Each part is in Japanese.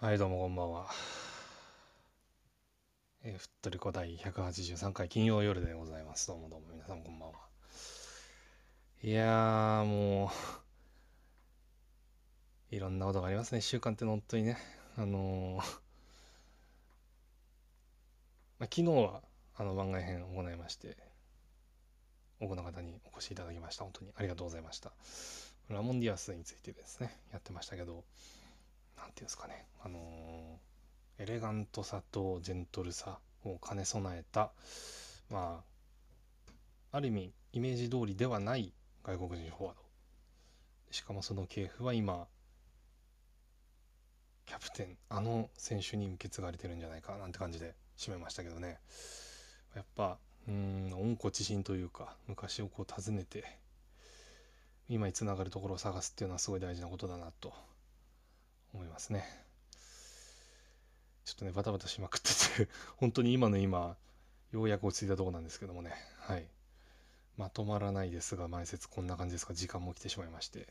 はい、どうもこんばんは。えー、ふっとりこ第183回金曜夜でございます。どうもどうも皆さんこんばんは。いやー、もう、いろんなことがありますね。一週間ってのは本当にね。あのー、まあ、昨日はあの番外編を行いまして、多くの方にお越しいただきました。本当にありがとうございました。ラモンディアスについてですね、やってましたけど、なんていうんですかねあのーエレガントさとジェントルさを兼ね備えたまあある意味イメージ通りではない外国人フォワードしかもその系譜は今キャプテンあの選手に受け継がれてるんじゃないかなんて感じで締めましたけどねやっぱうーん温故知新というか昔をこう訪ねて今につながるところを探すっていうのはすごい大事なことだなと思いますねちょっとねバタバタしまくって て本当に今の今ようやく落ち着いたところなんですけどもねはいまとまらないですが前説こんな感じですか時間も来てしまいまして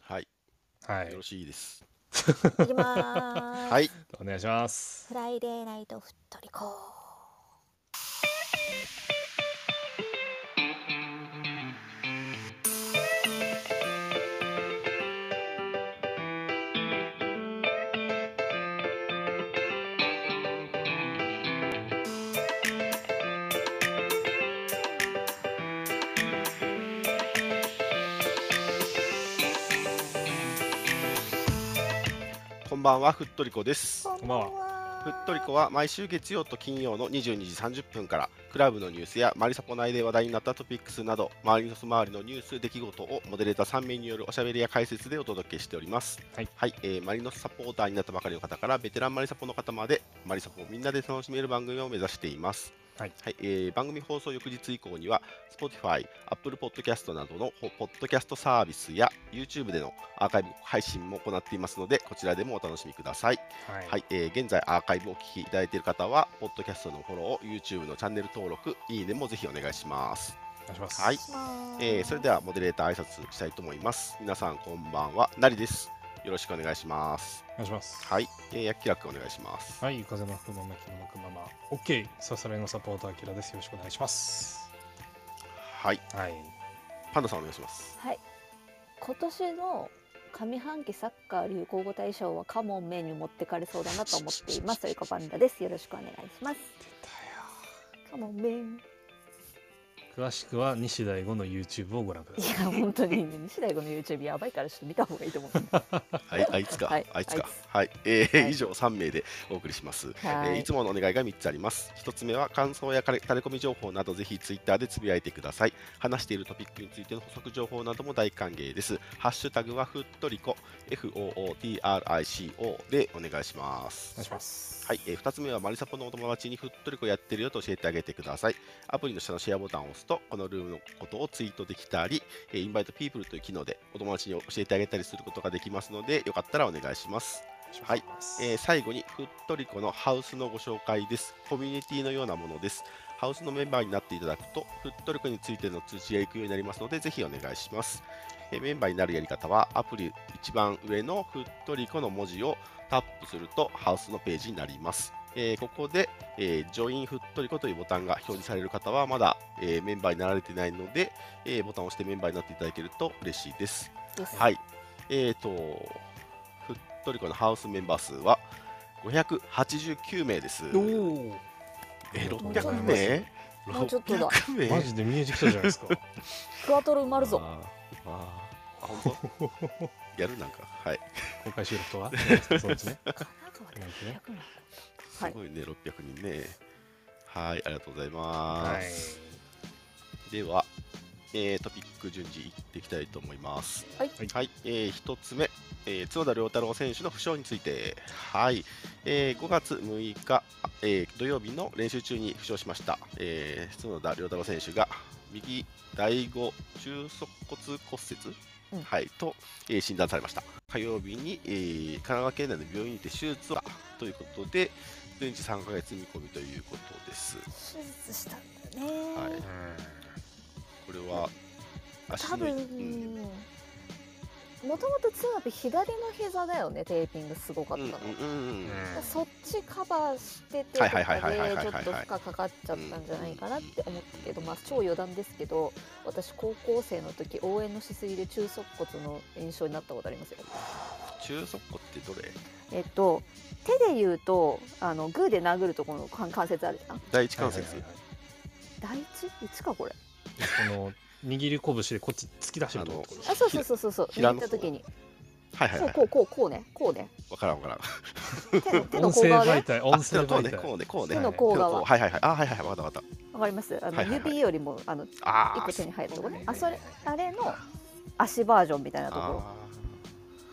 はい、はいよろしいです。いきまーす。はい、お願いしますフライデーナイトふっとりこ。こんばんは、ふっとりこです。こんばんはふっとりこは毎週月曜と金曜の22時30分からクラブのニュースやマリサポ内で話題になったトピックスなど周りの周りのニュース出来事をモデレーター3名によるおしゃべりや解説でお届けしておりますはい、えーマリノスサポーターになったばかりの方からベテランマリサポの方までマリサポをみんなで楽しめる番組を目指していますはいえー番組放送翌日以降には Spotify、Apple Podcast などのほポッドキャストサービスや YouTube でのアーカイブ配信も行っていますのでこちらでもお楽しみくださいはい、はい、えー現在アーカイブをお聞きいただいている方は、ポッドキャストのフォロー、YouTube のチャンネル登録、いいねもぜひお願いします。お願いしますはいはえーそれでは。はモデレーター挨拶したいと思います。皆さんこんばんは、なりです。よろしくお願いします。お願いしますはい、えー、やっきらくんお願いします。はい風の吹くまま気の向くまま OK ささらいのサポートアキラですよろしくお願いしますはい、はいパンダさんお願いします。はい。今年の上半期サッカー流行語大賞はカモンメに持ってかれそうだなと思っています。というかパンダです。よろしくお願いします。出たカモンメン。よ詳しくは西大吾の YouTube をご覧くだいさいや本当にね西大吾の YouTube やばいからちょっと見た方がいいと思う。はい、あいつか、はいあいつかあい。はい、えーはい以上3名でお送りします。はえーいつものお願いが3つあります。1つ目は感想やタレ込み情報などぜひツイッターでつぶやいてください。話しているトピックについての補足情報なども大歓迎です。ハッシュタグはふっとりこ、FOOTRICO でお願いしまお願いすし。ますはい、えー、2つ目はマリサポのお友達にふっとりこやってるよと教えてあげてください。アプリの下のシェアボタンを押すと、このルームのことをツイートできたり、えーインバイトピープルという機能でお友達に教えてあげたりすることができますので、よかったらお願いします。はいえー最後にふっとりこのハウスのご紹介ですコミュニティのようなものですハウスのメンバーになっていただくとふっとりこについての通知が行くようになりますのでぜひお願いします、えーメンバーになるやり方はアプリ一番上のふっとりこの文字をタップするとハウスのページになりますえーここで、えージョインふっとりこというボタンが表示される方はまだ、えーメンバーになられてないので、えーボタンを押してメンバーになっていただけると嬉しいです。です はい。えー、と、ふっとりこのハウスメンバー数は589名です。おおえー、もうちょっと600名もうちょっとだ ?600 名マジで見えてきたじゃないですかクワトロ埋まるぞ。あーあー本当やるなんか。はい。公開収録 とはそうですね。神奈川でなんてね600名すごいね、600人ね。はい、ありがとうございまはす。い。では、えートピック順次いっていきたいと思います。はいはいえー1つ目、えー角田良太郎選手の負傷について、はいえー5月6日、あえー土曜日の練習中に負傷しました、えー角田良太郎選手が右第5中足骨骨折、うんはい、と、えー診断されました。火曜日に、えー神奈川県内の病院にて手術をということで、全治3ヶ月見込みということです。手術したんだよね。はいこれは足多の分、うんもともとつまび左の膝だよねテーピングすごかうっんたうんの、うんうんそっちカバーしててとはかいはいではいはいはいはいはいちょっと負荷かかっちゃったんじゃないかなって思ったけどまあ超余談ですけど私高校生の時応援のしすぎで中足骨の炎症になったことありますよ中足骨ってどれえっと手で言うとあのグーで殴るところの関関節あるじゃん第一関節、はいはいはい第一いつかこれはいこの握り拳でこっち突き出してるとこってことですあそうそうそうそうそう平握のっ方た時にはいはいそはういこうこうこうねこうねわからんわからん手の手の音甲声側媒ね体あ音声こう媒ね体こうねこう手ねの甲手の側甲はいはいはいあはいはいはいわかったわかっわかりますあの、はいはいはい指よりもあのたああ一個手に入るとこねあそそうねれあれの足バージョンみたいなところあ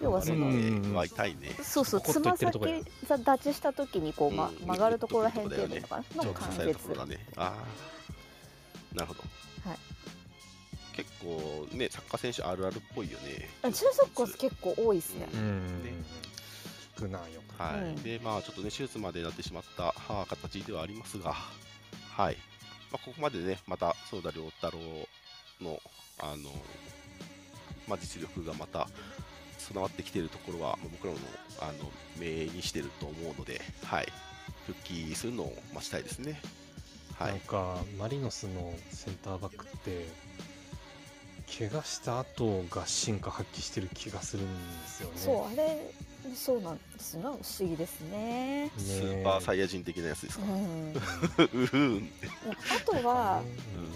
要はその、うんは痛いねそうそうポコつッといまってる先とこやさ立ちした時にこう、まうん曲がるところらへんっていうのかな、うんの関支えるとこ節ろだねああなるほどはい結構ねサッカー選手あるあるっぽいよねあ中足骨結構多いですね、うんうんうんね聞くなよくはい、うんでまあちょっとね手術までなってしまったはあ形ではありますがはい、まあ、ここまでねまたそうだ良太郎のあの、まあ、実力がまた備わってきているところはまあ僕らのあの目にしてると思うのではい復帰するのを待ちたいですねはなんいかマリノスのセンターバックって怪我した後が進化発揮してる気がするんですよねそうあれそうなんですよ不思議ですねねスーパーサイヤ人的なやつですうか、ん うふんあとは、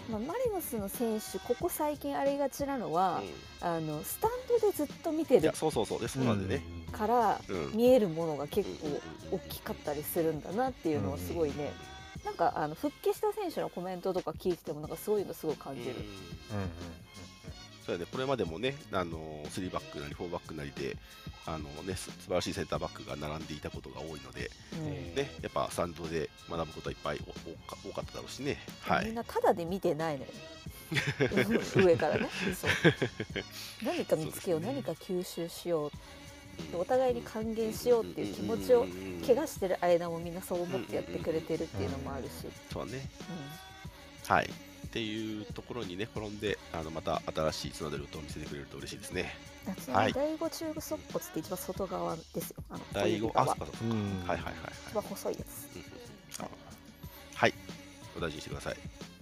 うまあ、マリノスの選手ここ最近ありがちなのは、うんあのスタンドでずっと見ていやるそうそうそうでそんうなんでね、からうん見えるものが結うんうん構うん大きかったりするんだなっていうのはすごいね、なんかあの復帰した選手のコメントとか聞いててもなんかそういうのすごい感うんじる、うんうんうんそうやね、これまでもね、あの3バックなり4バックなりで、あのね、す素晴らしいセンターバックが並んでいたことが多いので、うんねね、やっぱサンドで学ぶことはいっぱいお多か多かっただろうしね、はみんい、なただで見てないの よ上からねそう何か見つけようそうですね何か吸収しよううんお互いに還元しようっていう気持ちをうんうんうんうん怪我してる間もみんなそう思ってやってくれてるっていうのもあるし、そうね、うはい、っていうところにね、転んで、あのまた新しいつなドルを見せてくれると嬉しいですね。ん、ちなみに第五中部足骨って一番外側ですよあの小第指5、あ、そ側っかそっか、うんはいはいはい、一は番細いやついうんうんあ。はい、お大事にしてください。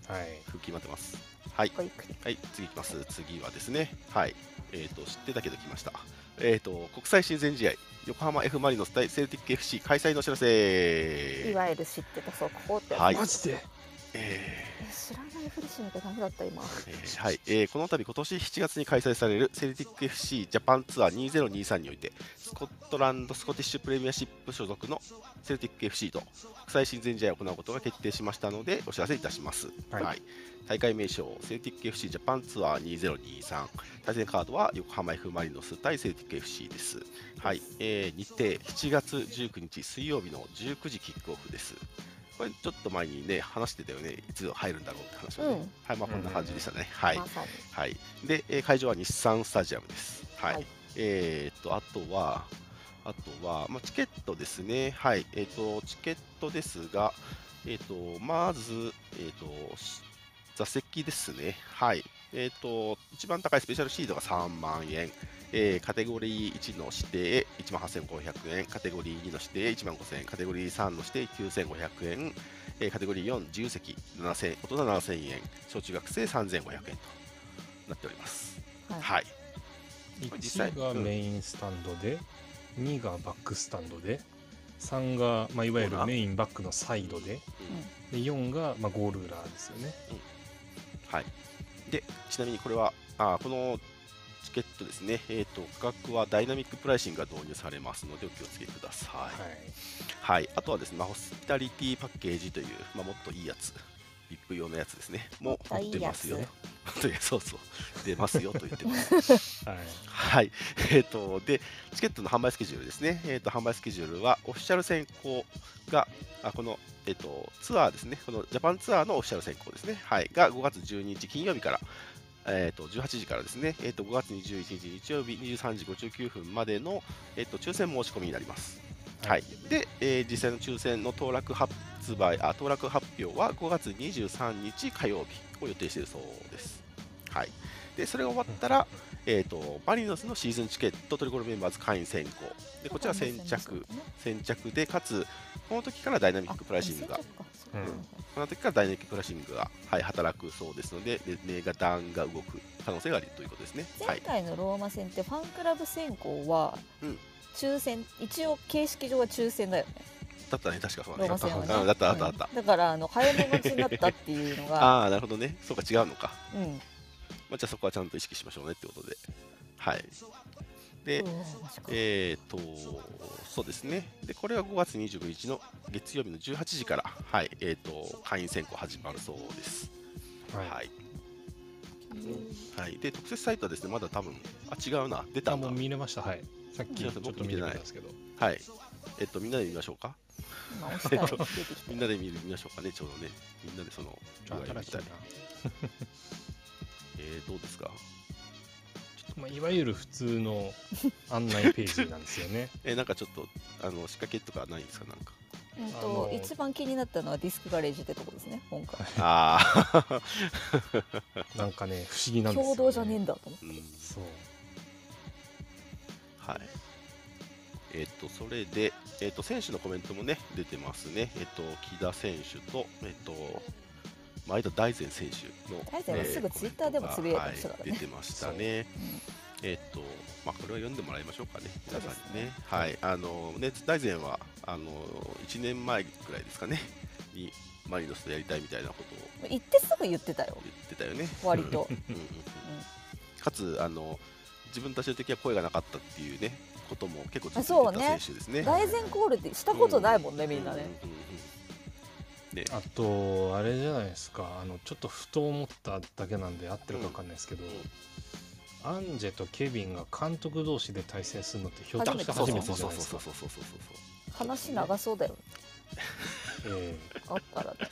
はい復帰待ってます。はい。ごゆっくりはい、次いきます。次はですね、はい、えっ、と、知ってたけど来ました。えっ、と、国際親善試合、横浜 F ・マリノス対セルティック FC 開催のお知らせ。いわゆる知ってたそうここってやつ、はいマジでええ知らないふりしなきゃダメだった今ーえーはい、えーこの度今年7月に開催されるセルティック FC ジャパンツアー2023においてスコットランドスコティッシュプレミアシップ所属のセルティック FC と国際親善試合を行うことが決定しましたのでお知らせいたします、はいはい大会名称セルティック FC ジャパンツアー2023対戦カードは横浜 F ・マリノス対セルティック FC です、はいえー日程7月19日水曜日の19時キックオフですこれちょっと前にね話してたよねいつ入るんだろうって話をね、うんはいまあこんな感じでしたね、はい、まさにはい、で、えー会場は日産スタジアムです。はい、はいえーっと、あとは、あとは、まあ、チケットですね。はい、えーっと、チケットですが、えーっと、まず、えーっと、し座席ですね。はい、えーっと、一番高いスペシャルシートが3万円。えーカテゴリー1の指定1万8500円、カテゴリー2の指定1万5000円、カテゴリー3の指定9500円、えーカテゴリー4、自由席7000大人7000円、小中学生3500円となっております。はいはい、実際1がメインスタンドで2がバックスタンドで3が、まあ、いわゆるメインバックのサイドでうんで4が、まあ、ゴール裏ですよねはい、でちなみにこれはあこのチケットですね、えーと、価格はダイナミックプライシングが導入されますのでお気をつけください。はい、はい、あとはですね、まあ、ホスピタリティパッケージという、まあ、もっといいやつ、VIP 用のやつですね、ももっとういい出やまつすよ と。そうそう、出ますよと言ってます。はいはい、 えっ、と、で、チケットの販売スケジュールですね、えっ、と、販売スケジュールは、オフィシャル選考が、あこの、えっ、と、ツアーですね、このジャパンツアーのオフィシャル選考ですね、はい、が5月12日金曜日から、えっ、と、18時からですね、えっ、と、5月21日日曜日23時59分までの、えっ、と、抽選申し込みになります。はい、で、えー実際の抽選の当落発売あ当落発表は5月23日火曜日を予定しているそうです。はい、でそれが終わったら、えー、とマリノスのシーズンチケットトリコルメンバーズ会員選考でこちら先着先着でかつこの時からダイナミックプライシングがうんこの時からダイナミックプライシングが、はい、働くそうですので年齢が段が動く可能性があるということですね。は前い、回のローマ戦ってファンクラブ選考はうん抽選、一応形式上は抽選だよねだったね確かそうロねーマ戦はね、うんだっただっただったうんだからあの早めのになったっていうの が、ああーなるほどねそうか違うのか、うん、まあ、じゃあそこはちゃんと意識しましょうねってことではいで、うわマジかえー、とそうですねで、これは5月29日の月曜日の18時から、はいえー、と会員選考始まるそうです。はいはい。はい、で特設サイトはですねまだ多分あ違うな、出たあんだもう、見れました。はい。さっきちょっと見てたんですけど。はいえっとみんなで見ましょうか、今押したら出てきたみんなで見る見ましょうかね、ちょうどね、みんなでその、あみ新しいな。えー、どうですか、まあ、いわゆる普通の案内ページなんですよ ね。えーなんかちょっとあの仕掛けとかないんです か、なんか。うんあとの一番気になったのはディスクガレージってとこです ね今回あ あ、なんかね、不思議なんですよ、ね。共同じゃねえんだと思ってうんそう。はい。えっ、と、それで、えっ、と、選手のコメントもね、出てますね。えっ、と、木田選手と、えっ、と、前田大然選手の。大然はすぐコメントが Twitter でもつぶやいてましたからねはい出てましたね。えっ、と、まあ、これは読んでもらいましょうかね、皆さんにね。はい。あの、ね、大然は、あの、1年前くらいですかね、に、マリノスとやりたいみたいなことを言ってすぐ言ってたよ言ってたよね。割 とうんうんうんかつあの自分たちの時は声がなかったっていうねことも結構ずっと言ってた選手ですね。大然コールってしたことないもんねみんなねうんうんうんうんねあと、あれじゃないですか。あの、ちょっとふと思っただけなんで合ってるかわかんないですけど、うんアンジェとケビンが監督同士で対戦するのってひょっ初とめしててそ初うそめうてそうじゃないですかそうそう。そうそうそう話長そうだよえあったらねえ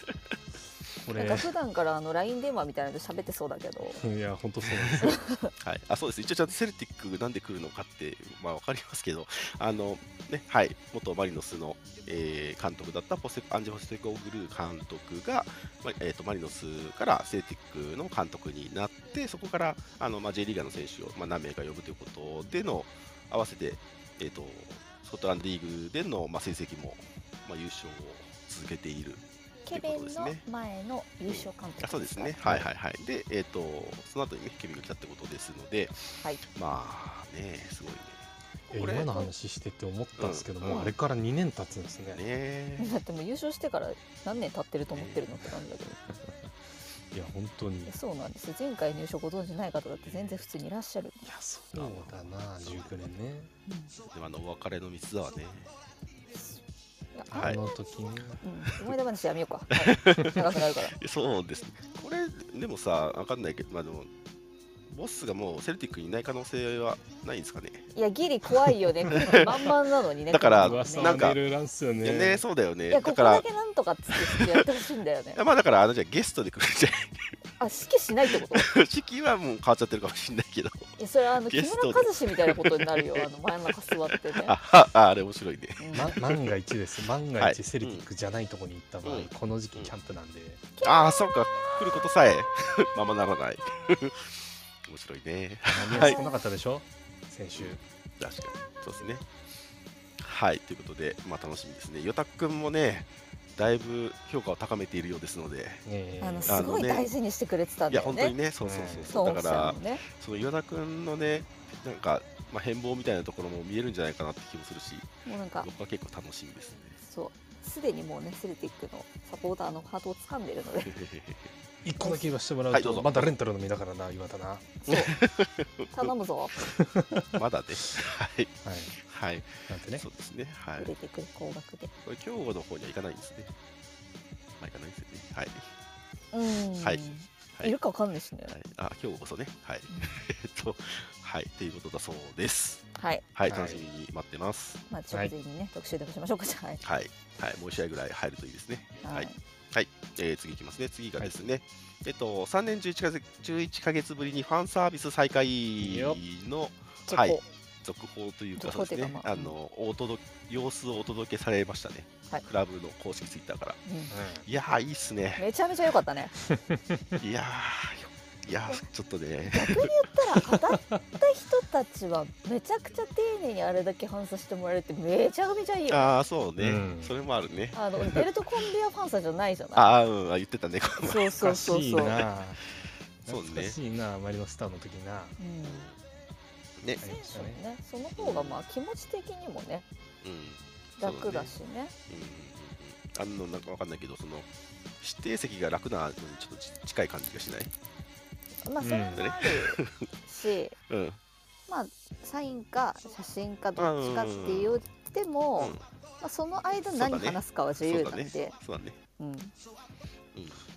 こなんれか普段からあの LINE 電話みたいなので喋ってそうだけどいや、本当そうなんですよ。はい、あそうです一応ちゃんとセルティックなんで来るのかって、まあ、分かりますけどあの、ねはい、元マリノスの、えー監督だったポセアンジェ・ポセコグルー監督が、まあえー、とマリノスからセルティックの監督になってそこからあの、まあ、J リーガーの選手を、まあ、何名か呼ぶということでの合わせて、えー、とスコットランドリーグでの、まあ、成績も、まあ、優勝を続けているケビンの前の優勝監督あそうですね、はいはいはい。で、えっ、と、その後にね、ケビンが来たってことですので、はいまあね、すごいいや これ今の話してて思ったんですけど、うんもうあれから2年経つんですね。ね。ねだってもう優勝してから何年経ってると思ってるのって感じだけどいや、本当に。いいやそうなんですよ前回入賞ご存じない方だって全然普通にいらっしゃるや、そうだな、19年ね。でもあのお別れの三つはね、いやはいあの時に。うん、思い出話やめようか、はい、長くなるからそうですね。これ、でもさ、わかんないけど、まあ、でも、ボスがもうセルティックにいない可能性はないんですかね。いやギリ怖い よね来る気満々なのにねだからあ来るの噂ねはなんかメールなんすよいやね。ね、そうだよいね。やだここかだらけ、なんとかっつってやってほしいんだよねまあだから、あのじゃあゲストで来るんじゃないあ指揮しないってことい式はもう変わっちゃってるかもしれないけど。やそれはあの木ゲストで村和志みたいなことになるよあの真ん中座ってね あ、はあ、あれ面白いね。うんま万が一です。万がはい一セルティックじゃないとこに行った場合、うんこの時期キャンプなんで、ああ、そうか、来ることさえ、ままならない。面白いね。間に合ってこなかったでしょ、先週。確かにそうですねはいということでまあ楽しみですね与田君もねだいぶ評価を高めているようですのでええあのすごいあのね大事にしてくれてたんいやだよ本当ねにねそうそうそうそそうう奥だかさらんもねその与田君のねなんか、まあ、変貌みたいなところも見えるんじゃないかなって気もするしもうなんか僕は結構楽しみですねそうすでにもうねセルティックのサポーターのハートを掴んでるの で一個だけ言わせてもらはういどうと、ぞまだレンタルの身だからな、岩田な。はい。そう頼むぞ まだねはいはいなんてね。そうですねはい売れてくる高額でこれ競合の方には行かないんですねまあ行かないですよねはいうん、はいはいいるかわかんないしねはい、あ今日こそねはいえっとはいということだそうですはいはい、はい楽しみに待ってます。まあ直前にね、特集でもしましょうかじゃあはいはい、はい、もう一試合ぐらい入るといいですね。ははいい、えー次いきますね。次がですね、えっと3年11ヶ月11ヶ月ぶりにファンサービス再開よの続報はい続報というか続そ報うといでうすかね。まああのお届け様子をお届けされましたね。はいクラブの公式ツイッターから。うんう いやーいいっすね。めちゃめちゃ良かったねいやいやーちょっとね 逆に言ったら当たった人たちはめちゃくちゃ丁寧にあれだけ反射してもらえるってめちゃめちゃいいよああそうね、うんそれもあるねあのベルトコンベアファンサじゃないじゃないああうんあ言ってたねこの前そうそうそうしいそう、うん、なそうね懐かしいなマリノスターの時なありましたねね選手もねその方がまあ気持ち的にもねうん楽だしねそうねうんうんうんうんあのなんかわかんないけどその指定席が楽なのにちょっとち近い感じがしないまあそれもあるし、うんサインか写真かどっちかって言っても、うんまあ、その間そうだね何話すかは自由なんでそうだねうん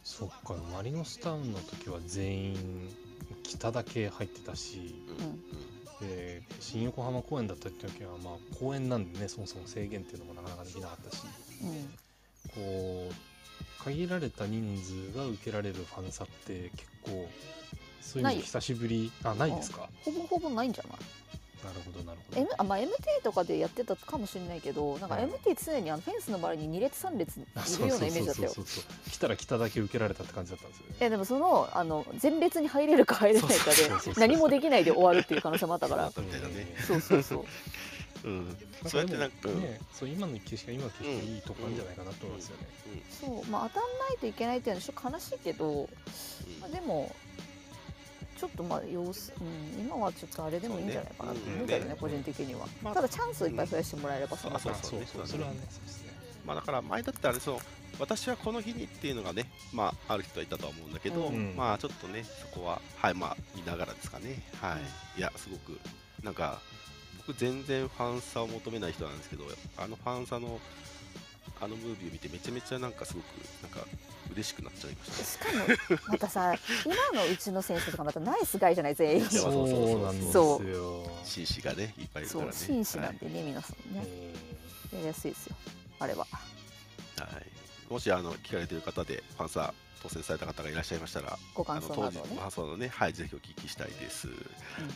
そっかマリノスターンの時は全員北だけ入ってたしそうだねうんうんで新横浜公園だった時はまあ公園なんでねそもそも制限っていうのもなかなかできなかったしうんこう限られた人数が受けられるファンサって結構そういう意な味いでよ久しぶりあないですかほぼほぼないんじゃないなるほどなるほど M あまあ、MT とかでやってたかもしれないけどなんかうん MT 常にあのフェンスの周りに2列3列あいそるうようそなうイメそーうジだったそうよそうそう来たら来ただけ受けられたって感じだったんですよいやねでもそのあの前列に入れるか入れないそうそかうそうそうで何もできないで終わるっていう可能性もあったからそうみたいなねそうそうそううんうんんそうやっでてもなんかうんねそう今の景色が今の景色がいいとこなんじゃないかなと思うんですよね、そうまあ当たんないといけないっていうのはちょっと悲しいけど、まあ、でもちょっとまあ様子、うん、今はちょっとあれでもいいんじゃないかなと思うけどねそうねうん個人的には、まあただチャンスをいっぱい増やしてもらえればそのあそうあそうねそれはねそうですねまあだから前だったらねその私はこの日にっていうのがねまあある人はいたとは思うんだけど、うんまあちょっとねそこははいまあ見ながらですかねはい、いやすごくなんか僕全然ファンサを求めない人なんですけどあのファンサのあのムービーを見てめちゃめちゃなんかすごくなんか嬉しくなっちゃいましたねしかもまたさ今のうちの選手とかまたナイスガイじゃない全員いやそそうそうそううなんですよ紳士がねいっぱいいるかそらうね紳士なんはいでね、皆さんねうやりやすいですよあれははいもしあの聞かれてる方でファンサ当選された方がいらっしゃいましたらごあ感の想当な時のどをね感想のねはいぜひお聞きしたいです、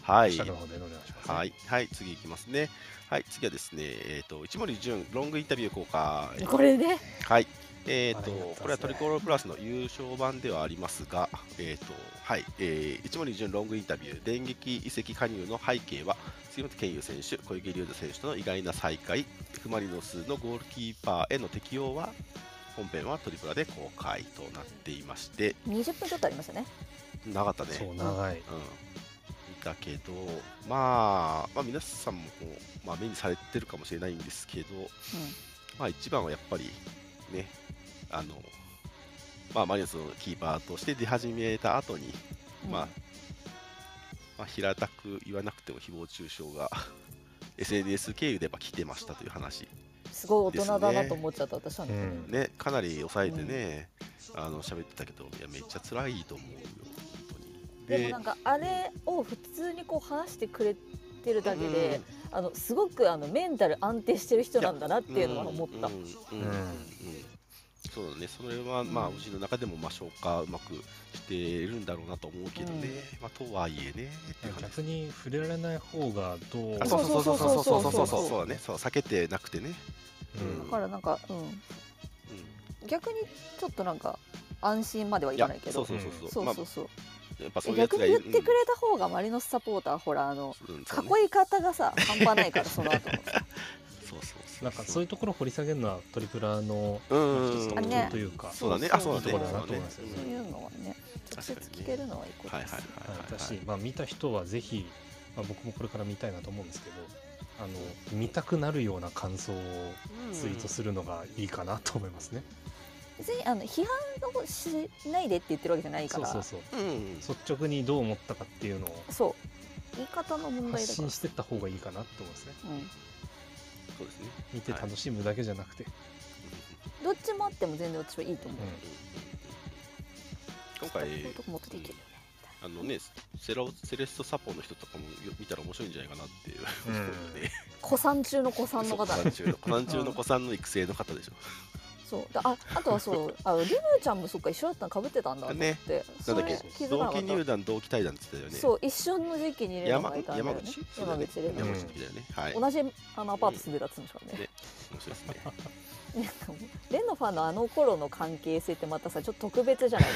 はい下の方でお願いします、はい、はい、次いきますね。はい、次はですね、えっ、と、一森純ロングインタビュー公開。これねはい、えっ、あと、れやったっすねこれはトリコロールプラスの優勝版ではありますが。えっ、と、はい、えー、一森純ロングインタビュー、電撃移籍加入の背景は。杉本健佑選手、小池龍太選手との意外な再会。F ・マリノスのゴールキーパーへの適用は。本編はトリプラで公開となっていまして、 20分ちょっとありましたねなかったね。そう長い、うん、だけど、まあ、まあ、皆さんもこう、まあ、目にされてるかもしれないんですけど、まあ、一番はやっぱりね、あのまあ、マリノスのキーパーとして出始めた後に、うんまあまあ、平たく言わなくても誹謗中傷が SNS 経由でやっぱ来てましたという話、すごい大人だなと思っちゃった私はね、うんね、かなり抑えてね、あの喋ってたけど、いやめっちゃ辛いと思うよ、本当でに。もなんかあれを普通にこう話してくれてるだけで、うんあのすごくあのメンタル安定してる人なんだなっていうのは思った、うんうんうんうんそうだねそれはまあうんうちの中でもまあ消化うまくしているんだろうなと思うけどね、まあとはいえねっていう感じ逆に触れられない方がどうあそうそうそうそうそうそうそうそうそうそだねそう避けてなくてね、うんだからなんか、う、うん逆にちょっとなんか安心まではいいやかないけそどうそうそうそそううまそうそう、あやっぱそうえいうやつ逆がにい言っるてくれた方がマリノスサポーターほらあのうんうんそうね囲い方がさ半端ないからその 後のさそうそうそうなんかそういうところを掘り下げるのはトリプラのうまあん一つのあ特ね徴というか、そうだねあそうだねいいところだなと思いますよねそういうのはね直接聞けるのはいいこはいはとでいすはいよはいはいだし、まあ、見た人はぜひ、まあ、僕もこれから見たいなと思うんですけどあの見たくなるような感想をツイートするのがいいかなと思いますね。別にあの批判をしないでって言ってるわけじゃないかそうらそうそううんうん率直にどう思ったかっていうのをそう言い方の問題発だか信らしてった方がいいかなと思いますね。うんそうですね見て楽しむだけじゃなくて、どっちもあっても全然私はいいと思う。うんうんうん今回こういうとこもっとできるよね。あのねセラセレストサポの人とかもよ見たら面白いんじゃないかなっていう、うん 思うよね子さん中の子さんのそう方だ 子さん中の子さん中の子さんの育成の方でしょ。そうだああとはそうあルルーちゃんもそっか一緒だったのかぶってたんだと思っねて、なそんだっれけ気づかな同か期った入団同期退団って言ってたよそねう一緒の時期にレナ山がいたんだ山よね口そうだ山ね口レナ山口だよねはい面同じあのアパート住んでたっつうんでしょうねね白いですねレのファンのあの頃の関係性ってまたさちょっと特別じゃない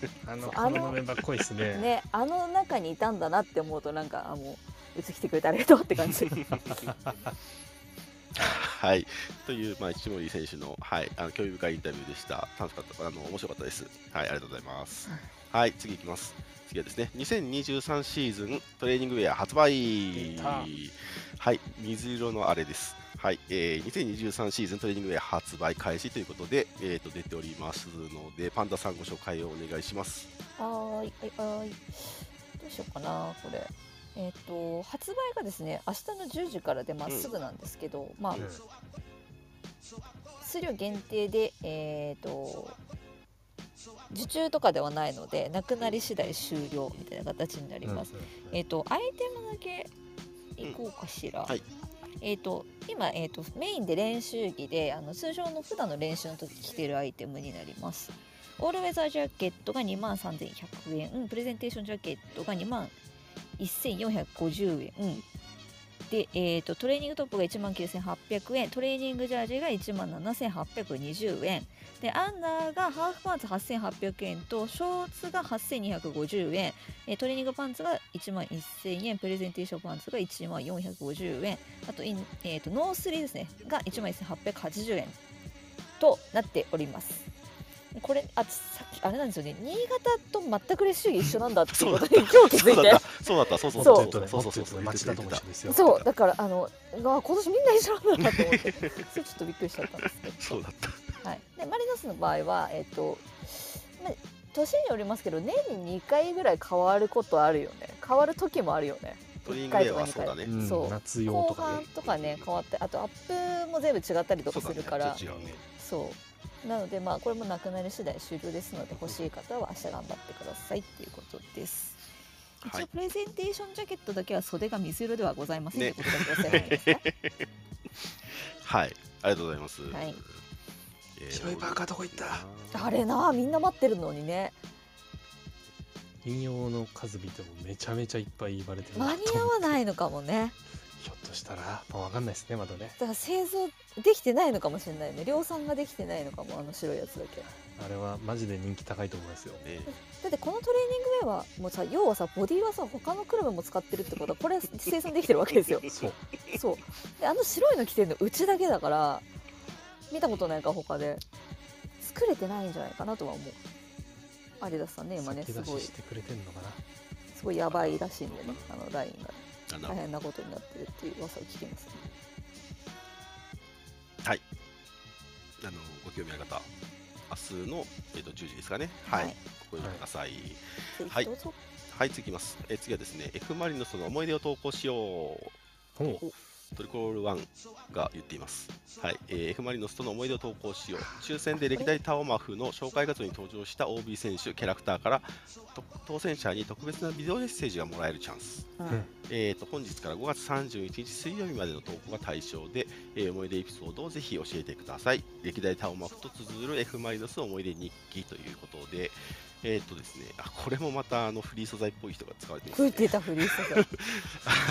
ですかあのそうこあののメンバー濃いっすねねあの中にいたんだなって思うとなんかあもううつ来てくれてありがとうって感じはい、という、まあ、一森選手の,、はい、あの興味深いインタビューでした。楽しかった、あの面白かったです。はい、ありがとうございます。はい、次いきます。次はですね、2023シーズントレーニングウェア発売出た。はい、水色のあれです。はい、えー、2023シーズントレーニングウェア発売開始ということで、えー、と出ておりますので、パンダさんご紹介をお願いします。はーいはいはーいどうしようかなこれえっ、と発売がですね明日の10時からでまっすぐなんですけど、まあうん数量限定でえっ、と受注とかではないのでなくなり次第終了みたいな形になります、うんえっ、とアイテムだけいこうかしら、んはいえっ、と今、えー、とメインで練習着であの通常の普段の練習の時着てるアイテムになりますオールウェザージャケットが2万3100円、うんプレゼンテーションジャケットが2万1450円、うんで、えー、とトレーニングトップが1万9800円トレーニングジャージが1万7820円でアンダーがハーフパンツ8800円とショーツが8250円えートレーニングパンツが1万1000円プレゼンテーションパンツが1万450円あとイン、えー、とノースリーですねが1万1880円となっておりますこれあさっきあれなんですよね新潟と全くレシュ一緒なんだっていうことに今日気づそういだてった、そうだった、そうそうそうそうそうそうそうそうそう町田とも一緒ですよそうだからあのうわ今年みんな一緒なんだなと思ってそれちょっとびっくりしちゃったんですけどそうだった。はい、でマリノスの場合は、えっとまあ、年によりますけど年に2回ぐらい変わることあるよね変わる時もあるよねトレーニン1グウ回ェとアかは2そうだ回ね。うんそう夏用後とか半ねとかね変わってあとアップも全部違ったりとかするからそうだねちょっと違うねそうなのでまあこれもなくなり次第終了ですので欲しい方は明日頑張ってくださいっていうことですはい一応プレゼンテーションジャケットだけは袖が水色ではございません、ねということだけお世話になります ねはい、ありがとうございます。はいえー白いパーカーどこ行ったあれなみんな待ってるのにね引用の数見てもめちゃめちゃいっぱい言われてる間に合わいないのかもねひょっとしたらまあわかんないですねまだねだから製造できてないのかもしれないね量産ができてないのかもあの白いやつだけだあれはマジで人気高いと思いますよねってこのトレーニングウェアはもうさ要はさボディはさ他のクラブも使ってるってことはこれは生産できてるわけ ですよそうそうであの白いの着てるのうちだけだから見たことないから他で作れてないんじゃないかなとは思う有田さんね今ね先す出ごしいしてくれてんのかなすごいやばいらしいんでねあのラインがねあな大変なことになってるっていう噂を聞きますねあのご興味ある方、明日の、えー、と10時ですかね、はい、はいご覧ください。ぜひはいどうぞはい、次いきます。えー次はですね、F ・マリノスの思い出を投稿しよう。ほうトリコロールワンが言っています。はい、えー F ・マリノスとの思い出を投稿しよう。抽選で歴代タオマフの紹介画像に登場した OB 選手、キャラクターからと当選者に特別なビデオメッセージがもらえるチャンス。んえー、と本日から5月31日水曜日までの投稿が対象で、えー思い出エピソードをぜひ教えてください歴代タオマフと綴る F マリノス思い出日記ということでえっ、とですねあこれもまたあのフリー素材っぽい人が使われてます吹いねてたフリ ースタイル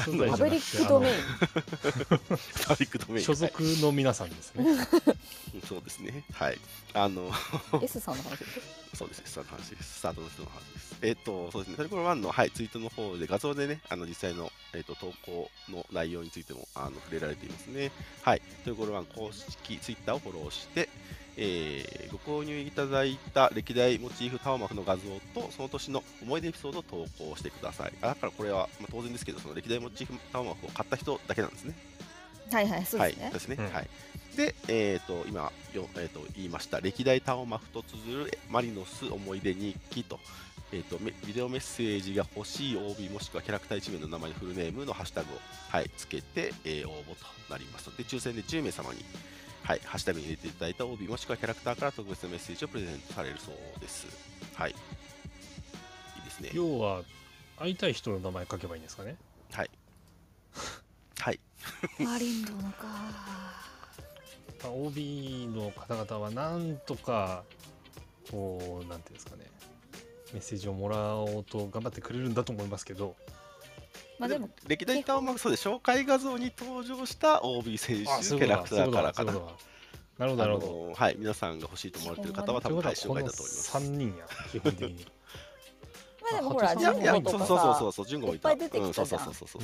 そう じゃなパくてブリックドメインパブリックドあメのイン所属の皆さんですね はいそうですねはいあの S さんの話ですそうですねスタートの話ですスタートの人の話ですえっ、とそうですねトリコロワンの、はい、ツイートの方で画像でねあの実際の、えー、と投稿の内容についてもあの触れられていますねはい、トリコロワン公式ツイッターをフォローして、えーご購入いただいた歴代モチーフタオマフの画像とその年の思い出エピソードを投稿してください。あだからこれは、まあ、当然ですけど、その歴代モチーフタオマフを買った人だけなんですね。はいはいそうですね、はい、ですね。うんはい。で、えっ、と今よえっ、と言いました歴代タオマフと綴るマリノス思い出日記と。えっとめビデオメッセージが欲しい OB もしくはキャラクター1名の名前のフルネームのハッシュタグを、はい、つけて、えー応募となりますので抽選で10名様に、はい、ハッシュタグに入れていただいた OB もしくはキャラクターから特別なメッセージをプレゼントされるそうです。はい、いいですね。要は会いたい人の名前書けばいいんですかねはい、マリンドのかまあ、OB の方々はなんとかこうなんていうんですかねメッセージをもらおうと頑張ってくれるんだと思いますけどまあでも歴代タワマンそうで紹介画像に登場した OB 選手あそうキいうャこラとだそういうことだクターからかなそういうことだなるほどなるほどあのはい、皆さんが欲しいと思われてる方はと多いう分こと対は象こ外だのと思います。 3人や基本 的にまあでもほらあいジやョいンやホそうとそうかそうさそうそうジュンゴもいた。いっぱい出てきたじゃんうんそうそうそうそう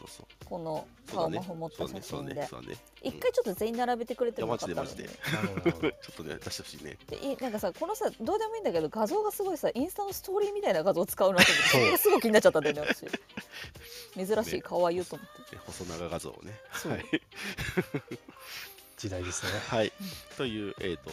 そうそうそうこのそう顔だねもほもった写そう真ねでそうだね一回ちょっと全員並べてくれてもよかったのいやマにジでマジでなるほどなるほどちょっとね 出してほしいね。でいなんかさこのさどうでもいいんだけど画像がすごいさインスタのストーリーみたいな画像を使うなと思ってそそうれがすごい気になっちゃったんだよね 私珍しい可愛いと思って、ね細長画像をね。そうはい時代ですねはい、という、えー、と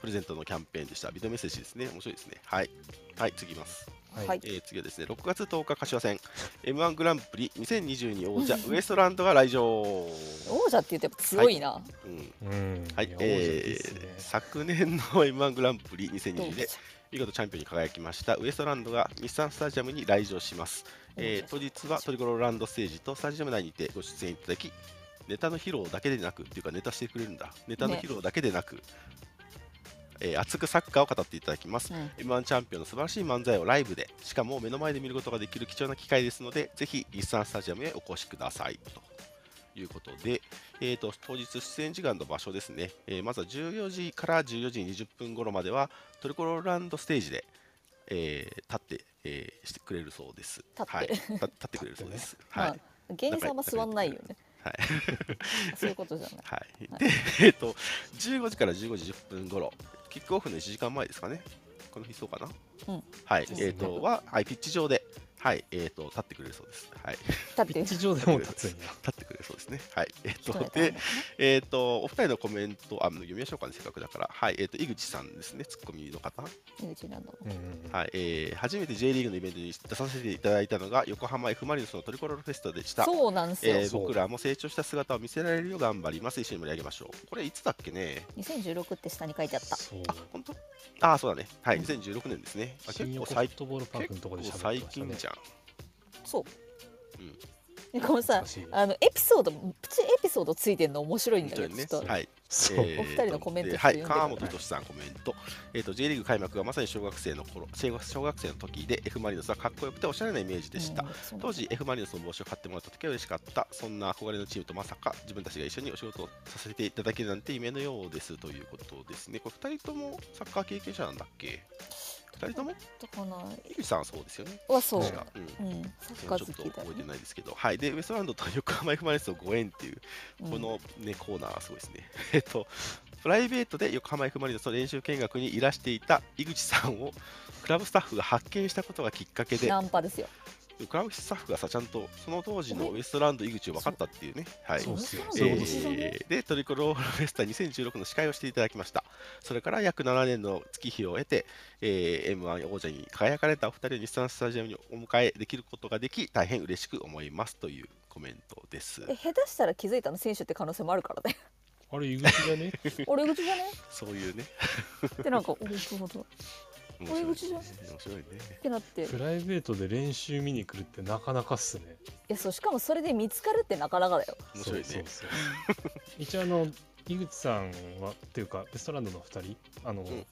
プレゼントのキャンペーンでした。ビデオメッセージですね。面白いですね。はい、はい、次いきます。はい、はいえー次はですね、6月10日柏戦 M1 グランプリ2022王者 ウエストランドが来場。王者って言うとやっぱ強いな、うん、うんはいや、王者えですねー昨年の M1 グランプリどう2020ででし見事チャンピオンに輝きましたウエストランドが日産スタジアムに来場します。えー当日はトリコロールランドステージとスタジアム内にてご出演いただきネタの披露だけでなくっていうかネタしてくれるんだネタの披露だけでなく、えー熱くサッカーを語っていただきますょううん M1 チャンピオンの素晴らしい漫才をライブでしかも目の前で見ることができる貴重な機会ですのでぜひ日産スタジアムへお越しくださいということで、えー、と当日出演時間と場所ですね、えーまずは14時から14時20分頃まではトルコロールランドステージで、えー立って、えーしてくれるそうです立ってはい、立立ってくれるそうです、まはい、あ芸人さんは座んないよねはいそういうことじゃないはいは、いで、えっと、15時から15時10分頃キックオフの1時間前ですかね、この日そうかな、うんはいそう、えでっすねと、は、はい、ピッチ上で、はい、えっと、立ってくれるそうです。はい、 立だっピてッチ上でも立つんやってくれるそうですね。はい、えっ人とや、からでね、えっと、お二人のコメント、あ、もう読みましょうかね、せっかくだから、はい、えっと、井口さんですね、ツッコミの方。井口なんだろううんうんうんはい、えー初めて J リーグのイベントに出させていただいたのが、横浜 F ・マリノスのトリコロールフェストでした。そうなんですよ、えーそう僕らも成長した姿を見せられるよう頑張ります。一緒に盛り上げましょう。これいつだっけね2016って下に書いてあったそうあ、本当あー、そうだね。はい、うん2016年ですね。あ新結構横フッ最トボールパークのところで結構喋っ最てました近ねじゃん。そううん、でこの懐さかしいあのエピソードプチエピソードついてんの面白いん本だ当けにど、ねちょっ。とはい。そう、えーお二人のコメントでちょっとは読んい、でくだ川本さい俊さんコメント。えっ、と J リーグ開幕がまさに小学生の頃、小学小学生の時で F マリノスはかっこよくておしゃれなイメージでした。うんそうなんだ当時 F ・マリノスの帽子を買ってもらった時は嬉しかったそんな憧れのチームとまさか自分たちが一緒にお仕事をさせていただけるなんて夢のようですということですねこれ2人ともサッカー経験者なんだっけ2人ともとかな井口さんはそうですよねはそう、確か、うんうん、サッちカょーっと好きだ覚よえてねないですけど、はい、でウエストランドと横浜 F ・マリノスのご縁っていううんこの、ね、コーナー、すごいですね。 えっと、プライベートで横浜 F ・マリノスの練習見学にいらしていた井口さんをクラブスタッフが発見したことがきっかけで、ナンパですよ。クラブスタッフがさ、ちゃんとその当時のウエストランド井口を分かったっていうね、はい。そうっすよえーそういうことっすよえーでトリコロールフェスタ2016の司会をしていただきましたそれから約7年の月日を経て、え m 1王者に輝かれたお二人を日産スタジアムにお迎えできることができ大変嬉しく思いますというコメントですえ下手したら気づいたの選手って可能性もあるから ね。あれ井口じゃね俺口じゃね？そういうねってなんか俺口ほどっ面白い俺口じゃんね面白いねて なって。いプライベートで練習見に来るってなかなかっすねやそうしかもそれで見つかるってなかなかだよ。面白いねそうそうそう一応あの井口さんはっていうかベストランドの2人あの、ん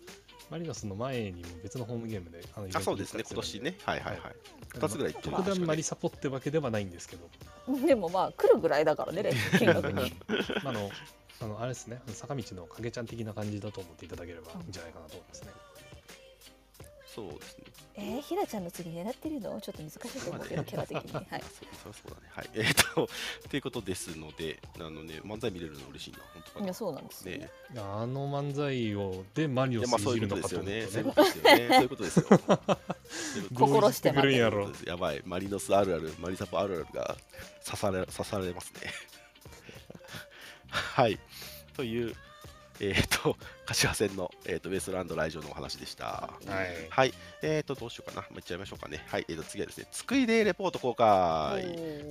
マリノスの前にも別のホームゲームであのイベントあそうですね今年ねはいはいはい出たりするんで二つぐらい行ってる特段マリサポってわけではないんですけど、でもまあ来るぐらいだからね練習見学 に。あのあのあれですね坂道の影ちゃん的な感じだと思っていただければいいんじゃないかなと思いますね、そうですねえー、ひなちゃんの次狙ってるのちょっと難しいと思うけどキャラ的に。はいあ。そうそうそうだねはいえっ、とということですのであのね漫才見れるの嬉しいな本当かいなやそうなんですよ、ね。ねいやあの漫才をでマリいノやスまあいそういじるうこのとかですとよ思ねうそうというねことですよねそういうことですよ こ心してどう言ってくるんやろやばいマリノスあるあるマリサポあるあるが刺され刺されますね はいというえっ、と柏戦の、えー、とウエストランド来場のお話でしたはいはいえっ、とどうしようかなもういっちゃいましょうかねはいえっ、と次はですねつくいでレポート公開はい、え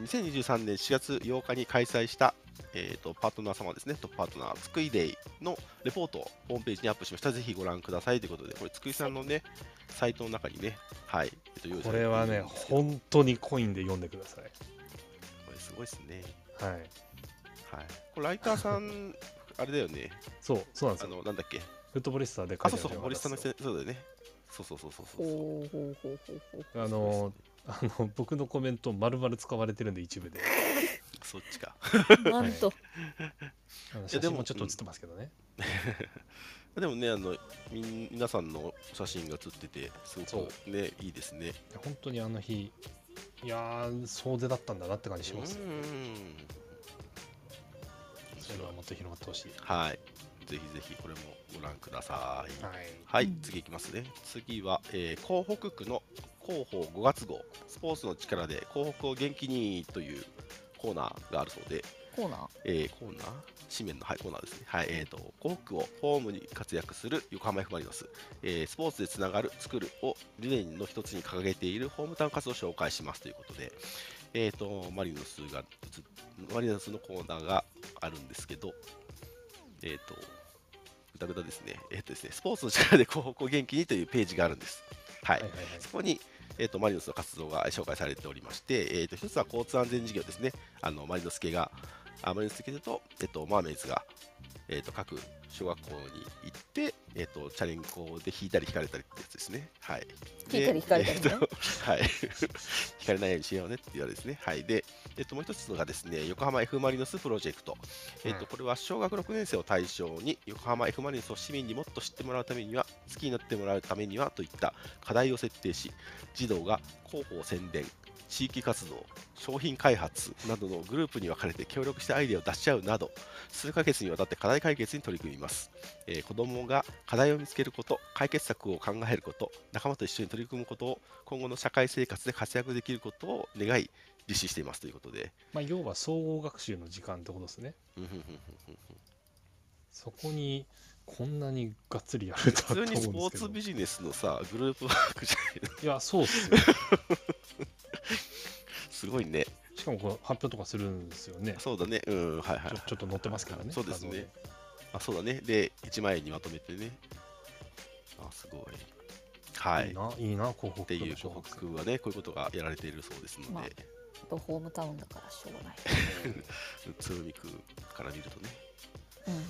ー2023年4月8日に開催した、えー、とパートナー様ですね、とパートナー、つくいデイのレポートをホームページにアップしました。ぜひご覧くださいということで、これ、つくいさんのね、サイトの中にね、はい、えっと用意さこれてれるはねんですけど本当にコインで読んでくださいこれすごいですね。はいはい、これライターさん、 あれだよね、そう、そうなんですあよ。のなんだっけ、フットボリスターで書あ、いてそあうるそう、森下の人人そうだよね。そうそうそうそうそうそう。ほうほうほうほうほうあの、あの僕のコメント丸々使われてるんで一部で。そっちか。 なんと、あのい写やで真ももちょっと写ってますけどね。でもね、あのみん皆さんの写真が写ってて、すごくね、いいですね。いや本当にあの日、いやー、総出だったんだなって感じしますうよ。んそういうのはもっと広まってほしい。はい。ぜひぜひこれもご覧ください。はい。はい、うん次いきますね。次は、えー広北区の広報5月号、スポーツの力で広北を元気にというコーナーがあるそうで、コーナーえーコーナー紙面の、はい、コーナーですね。はい、えーと、広北をホームに活躍する横浜 F ・マリノス、えースポーツでつながる、作るを理念の一つに掲げているホームタウン活動を紹介しますということで、えーと、マリノスが映っ、マリノスのコーナーがあるんですけど、えーと、ぐだぐだですね、えーとですね、スポーツの力で広北を元気にというページがあるんです。はいはいはいはい。そこに、えー、とマリノスの活動が紹介されておりまして、えー、と一つは交通安全事業ですね、あのマリノス系が、あマリノス系と、えー、とマーメイズが、えー、と各小学校に行って、えー、とチャリンコで引いたり引かれたりってやつですね。はい、引いたり引かれたりねでえーとはい、 引かれないようにしようねっていうあれですね。はい、で、えー、ともう一つがですね、横浜 F ・マリノスプロジェクト。えー、うんとこれは小学6年生を対象に横浜 F ・マリノスを市民にもっと知ってもらうためには好きになってもらうためにはといった課題を設定し児童が広報宣伝地域活動商品開発などのグループに分かれて協力してアイデアを出し合うなど数ヶ月にわたって課題解決に取り組みます、えー子どもが課題を見つけること解決策を考えること仲間と一緒に取り組むことを今後の社会生活で活躍できることを願い実施していますということで。まあ、要は総合学習の時間ってことですね。うんうんうんうんうんそこに、こんなにがっつりやるとはと普思うん通にですスけど。ポーツビジネスのさグループワークじゃないのいや、そうっすよ。すごいねしかもこれ発表とかするんですよね。そうだねうんはいはいちょちょっと載ってますからね。そうです画像ね。あそうだねで1枚にまとめてねあすごいはいいいな、いいな、広っ告ていう小広学生告はねこういうことがやられているそうですので、まあやっぱホームタウンだからしょうがない、つぶみくから見るとね、うん、う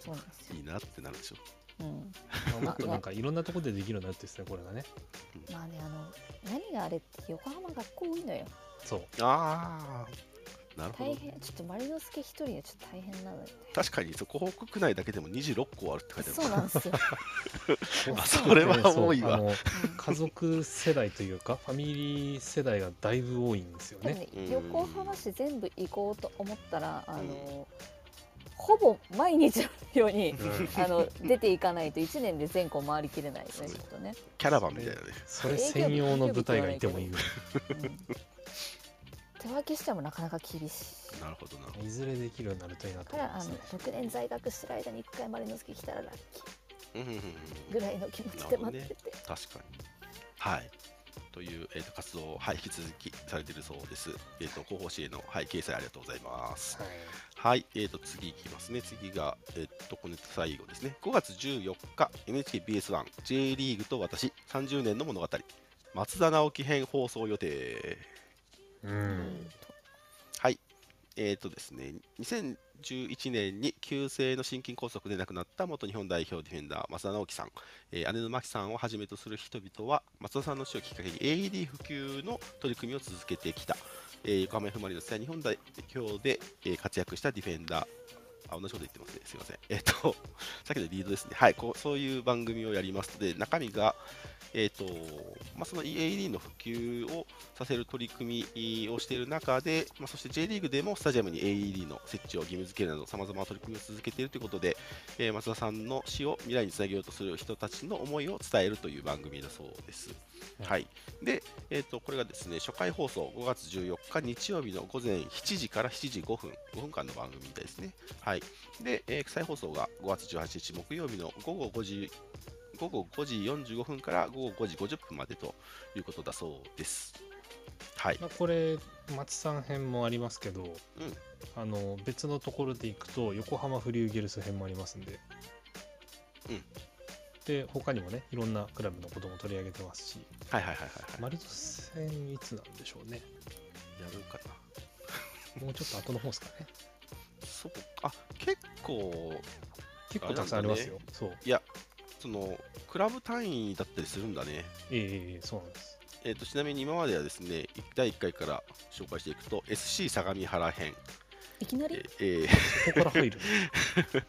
そうなんですん、よいいなってなるでしょうんまあもっとなんかいろんなところでできるようになってですね、これがね。まあねあの何があれって横浜学校多いのよ そう。ああなるほど大ね、変ちょっとマリノスケ一人でちょっと大変なのよね確かにそう広告内だけでも26個あるって書いてあるそうなんですよ、あそれは多いそうあわのうん家族世代というか、ファミリー世代がだいぶ多いんですよでもね。ねうん横浜市全部行こうと思ったらあの、うんほぼ毎日のようにうんあの出ていかないと1年で全校回りきれないよそうねちょっとね、キャラバンみたいなねそれ専用の舞台がいてもいいぐらうん手分けしてもなかなか厳しいなるほどなるほい。いずれできるようになるといいなとか思いらまあすのね。 6年在学してる間に1回マリノスケ来たらラッキどうんうんうんーぐらいの気持ちで待ってて、確かに。はい。という、えー、と活動を、はい、引き続きされているそうです。えっ、と、広報誌への、はい、掲載ありがとうございます。はいはい。えっ、と、次いきますね。次が、えっ、と、この最後ですね。5月14日、NHKBS1、J リーグと私、30年の物語、松田直樹編放送予定。ううんん。はい。えーとですね、2011年に急性の心筋梗塞で亡くなった元日本代表ディフェンダー、松田直樹さん、えー姉の真紀さんをはじめとする人々は、松田さんの死をきっかけに AED 普及の取り組みを続けてきた、えー横浜 F ・マリノスや日本代表で、えー活躍したディフェンダー、あ、同じこと言ってますね。すいません。えっ、と、 さっきのリードですね。はい、こうそういう番組をやりますので、中身が、えっ、と、まあ、その EAD の普及をさせる取り組みをしている中で、まあ、そして J リーグでもスタジアムに AED の設置を義務付けるなど、さまざまな取り組みを続けているということで、えー松田さんの死を未来につなげようとする人たちの思いを伝えるという番組だそうです。うんはい、で、えーと、これがですね初回放送5月14日日曜日の午前7時から7時5分、5分間の番組みたいですね。はい、で、えー再放送が5月18日木曜日の午後5時午後5時45分から午後5時50分までということだそうです。はい。まあこれ、松さん編もありますけど、うんあの別のところで行くと横浜フリューゲルス編もありますんで、うんで他にもねいろんなクラブのことも取り上げてますしはいはいはいはい、はマリノス戦いつなんでしょうねい。やるか な。もうちょっと後の方ですかねそうあ結構結構たくさんありますよ。そう。そのクラブ単位だったりするんだね。ええええそうなんです。えー、とちなみに今まではですね第1回から紹介していくと SC 相模原編、いきなえりーえそこから入 る。ー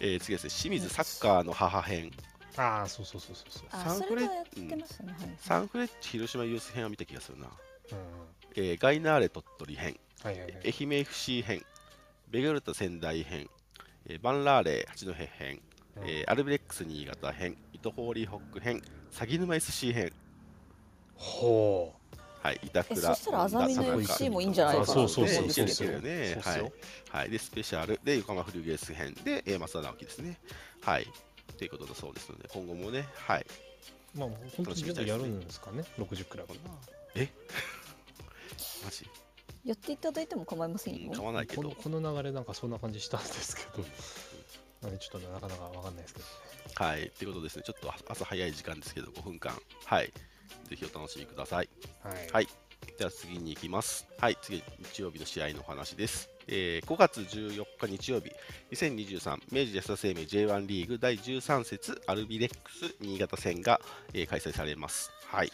えー次はですね清水サッカーの母編ああ、そうそうそうそうそう。あサンそフレれはやってましたね、はいサンフレッチェ広島ユース編は見た気がするな、うんうん。えーガイナーレ鳥取編はいはいは愛い。媛 FC 編、ベガルタ仙台編、えーバンラーレ八戸編、えーアルビレックス新潟編、糸ホーリーホック編、鷺沼 SC 編、ほう。はい、板倉、えそしたらアザミの本田 FC もいいんじゃないかなそとうそう思うそそううそそううですよねそう。っすはよい、はい、でスペシャルで横浜フリューゲース編で、えー、増田直樹ですね。はい、ということだそうですので、今後もね、はい、まあ、本当に全部やるんですかね、60クラブ。え マジ、やっていただいても構いませんうん、よ、買わないけこのど、この流れなんかそんな感じしたんですけど、なんでちょっとねなかなかわかんないですけどね。はい、ということですね、ちょっと朝早い時間ですけど、5分間、はい、ぜひお楽しみください。はいはいでは次に行きます。はい、次、日曜日の試合のお話です。えー5月14日日曜日、2023明治安田生命 J1 リーグ第13節アルビレックス新潟戦が、えー開催されます。はい。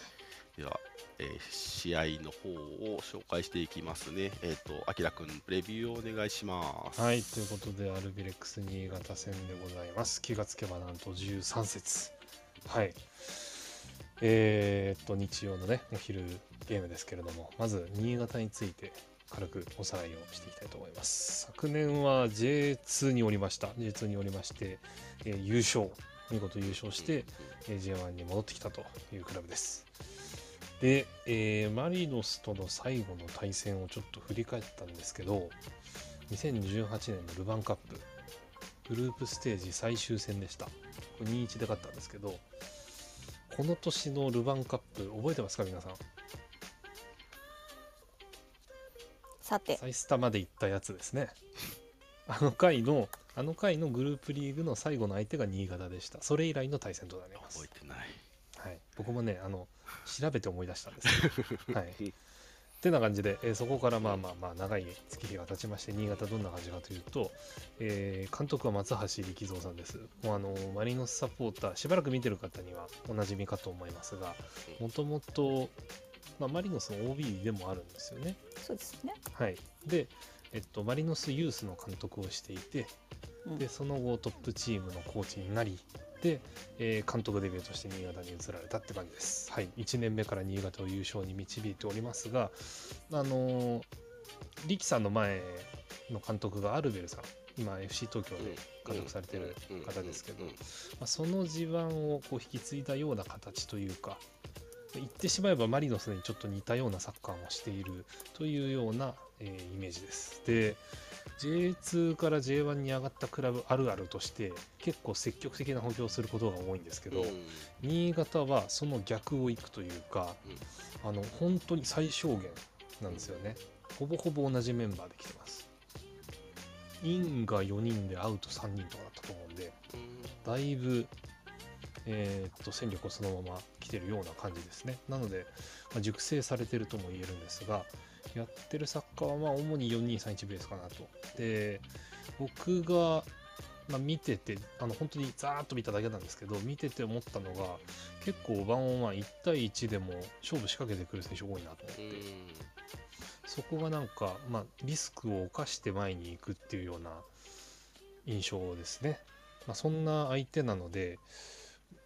では、えー試合の方を紹介していきますね。えっ、と、あきらくん、プレビューをお願いします。はい、ということで、アルビレックス新潟戦でございます。気がつけばなんと13節。はい。えーっと、日曜のね、お昼ゲームですけれども、まず新潟について軽くおさらいをしていきたいと思います。昨年は J2 におりました。J2 におりまして、えー優勝、見事優勝して、えー J1 に戻ってきたというクラブです。で、えーマリノスとの最後の対戦をちょっと振り返ったんですけど、2018年のルヴァンカップグループステージ最終戦でしたこれ2-1で勝ったんですけどこの年のルヴァンカップ覚えてますか皆さんさてサイスタまで行ったやつですねあの回のあの回のグループリーグの最後の相手が新潟でしたそれ以来の対戦となります覚えてない。はい、僕もねあの調べて思い出したんです けど、はい、ってな感じで、えーそこからまあまあまあ長い月日が経ちまして新潟どんな感じかというと、えー監督は松橋力蔵さんですもうあのマリノスサポーターしばらく見てる方にはおなじみかと思いますがもともとまあマリノスの OB でもあるんですよねそうですね、はい、で、えっと、マリノスユースの監督をしていて、うんでその後トップチームのコーチになりで、えー監督デビューとして新潟に移られたって感じです、はい、1年目から新潟を優勝に導いておりますがあのー力さんの前の監督がアルベルさん今 FC 東京で、監督されてる方ですけどうんうんまあ、その地盤をこう引き継いだような形というか言ってしまえばマリノスにちょっと似たようなサッカーもしているというような、えーイメージです。で J2 から J1 に上がったクラブあるあるとして結構積極的な補強をすることが多いんですけど、うん新潟はその逆を行くというか、あの本当に最小限なんですよね、ほぼほぼ同じメンバーで来てますインが4人でアウト3人とかだったと思うんでだいぶ、えーっと戦力をそのまま来てるような感じですねなので、まあ熟成されてるとも言えるんですがやってるサッカーはまあ主に4231ベースかなとで僕が、まあ、見ててあの本当にざーっと見ただけなんですけど見てて思ったのが結構ワンオンワン1対1でも勝負仕掛けてくる選手多いなと思って、うんそこがなんか、まあ、リスクを冒して前に行くっていうような印象ですね。まあ、そんな相手なので、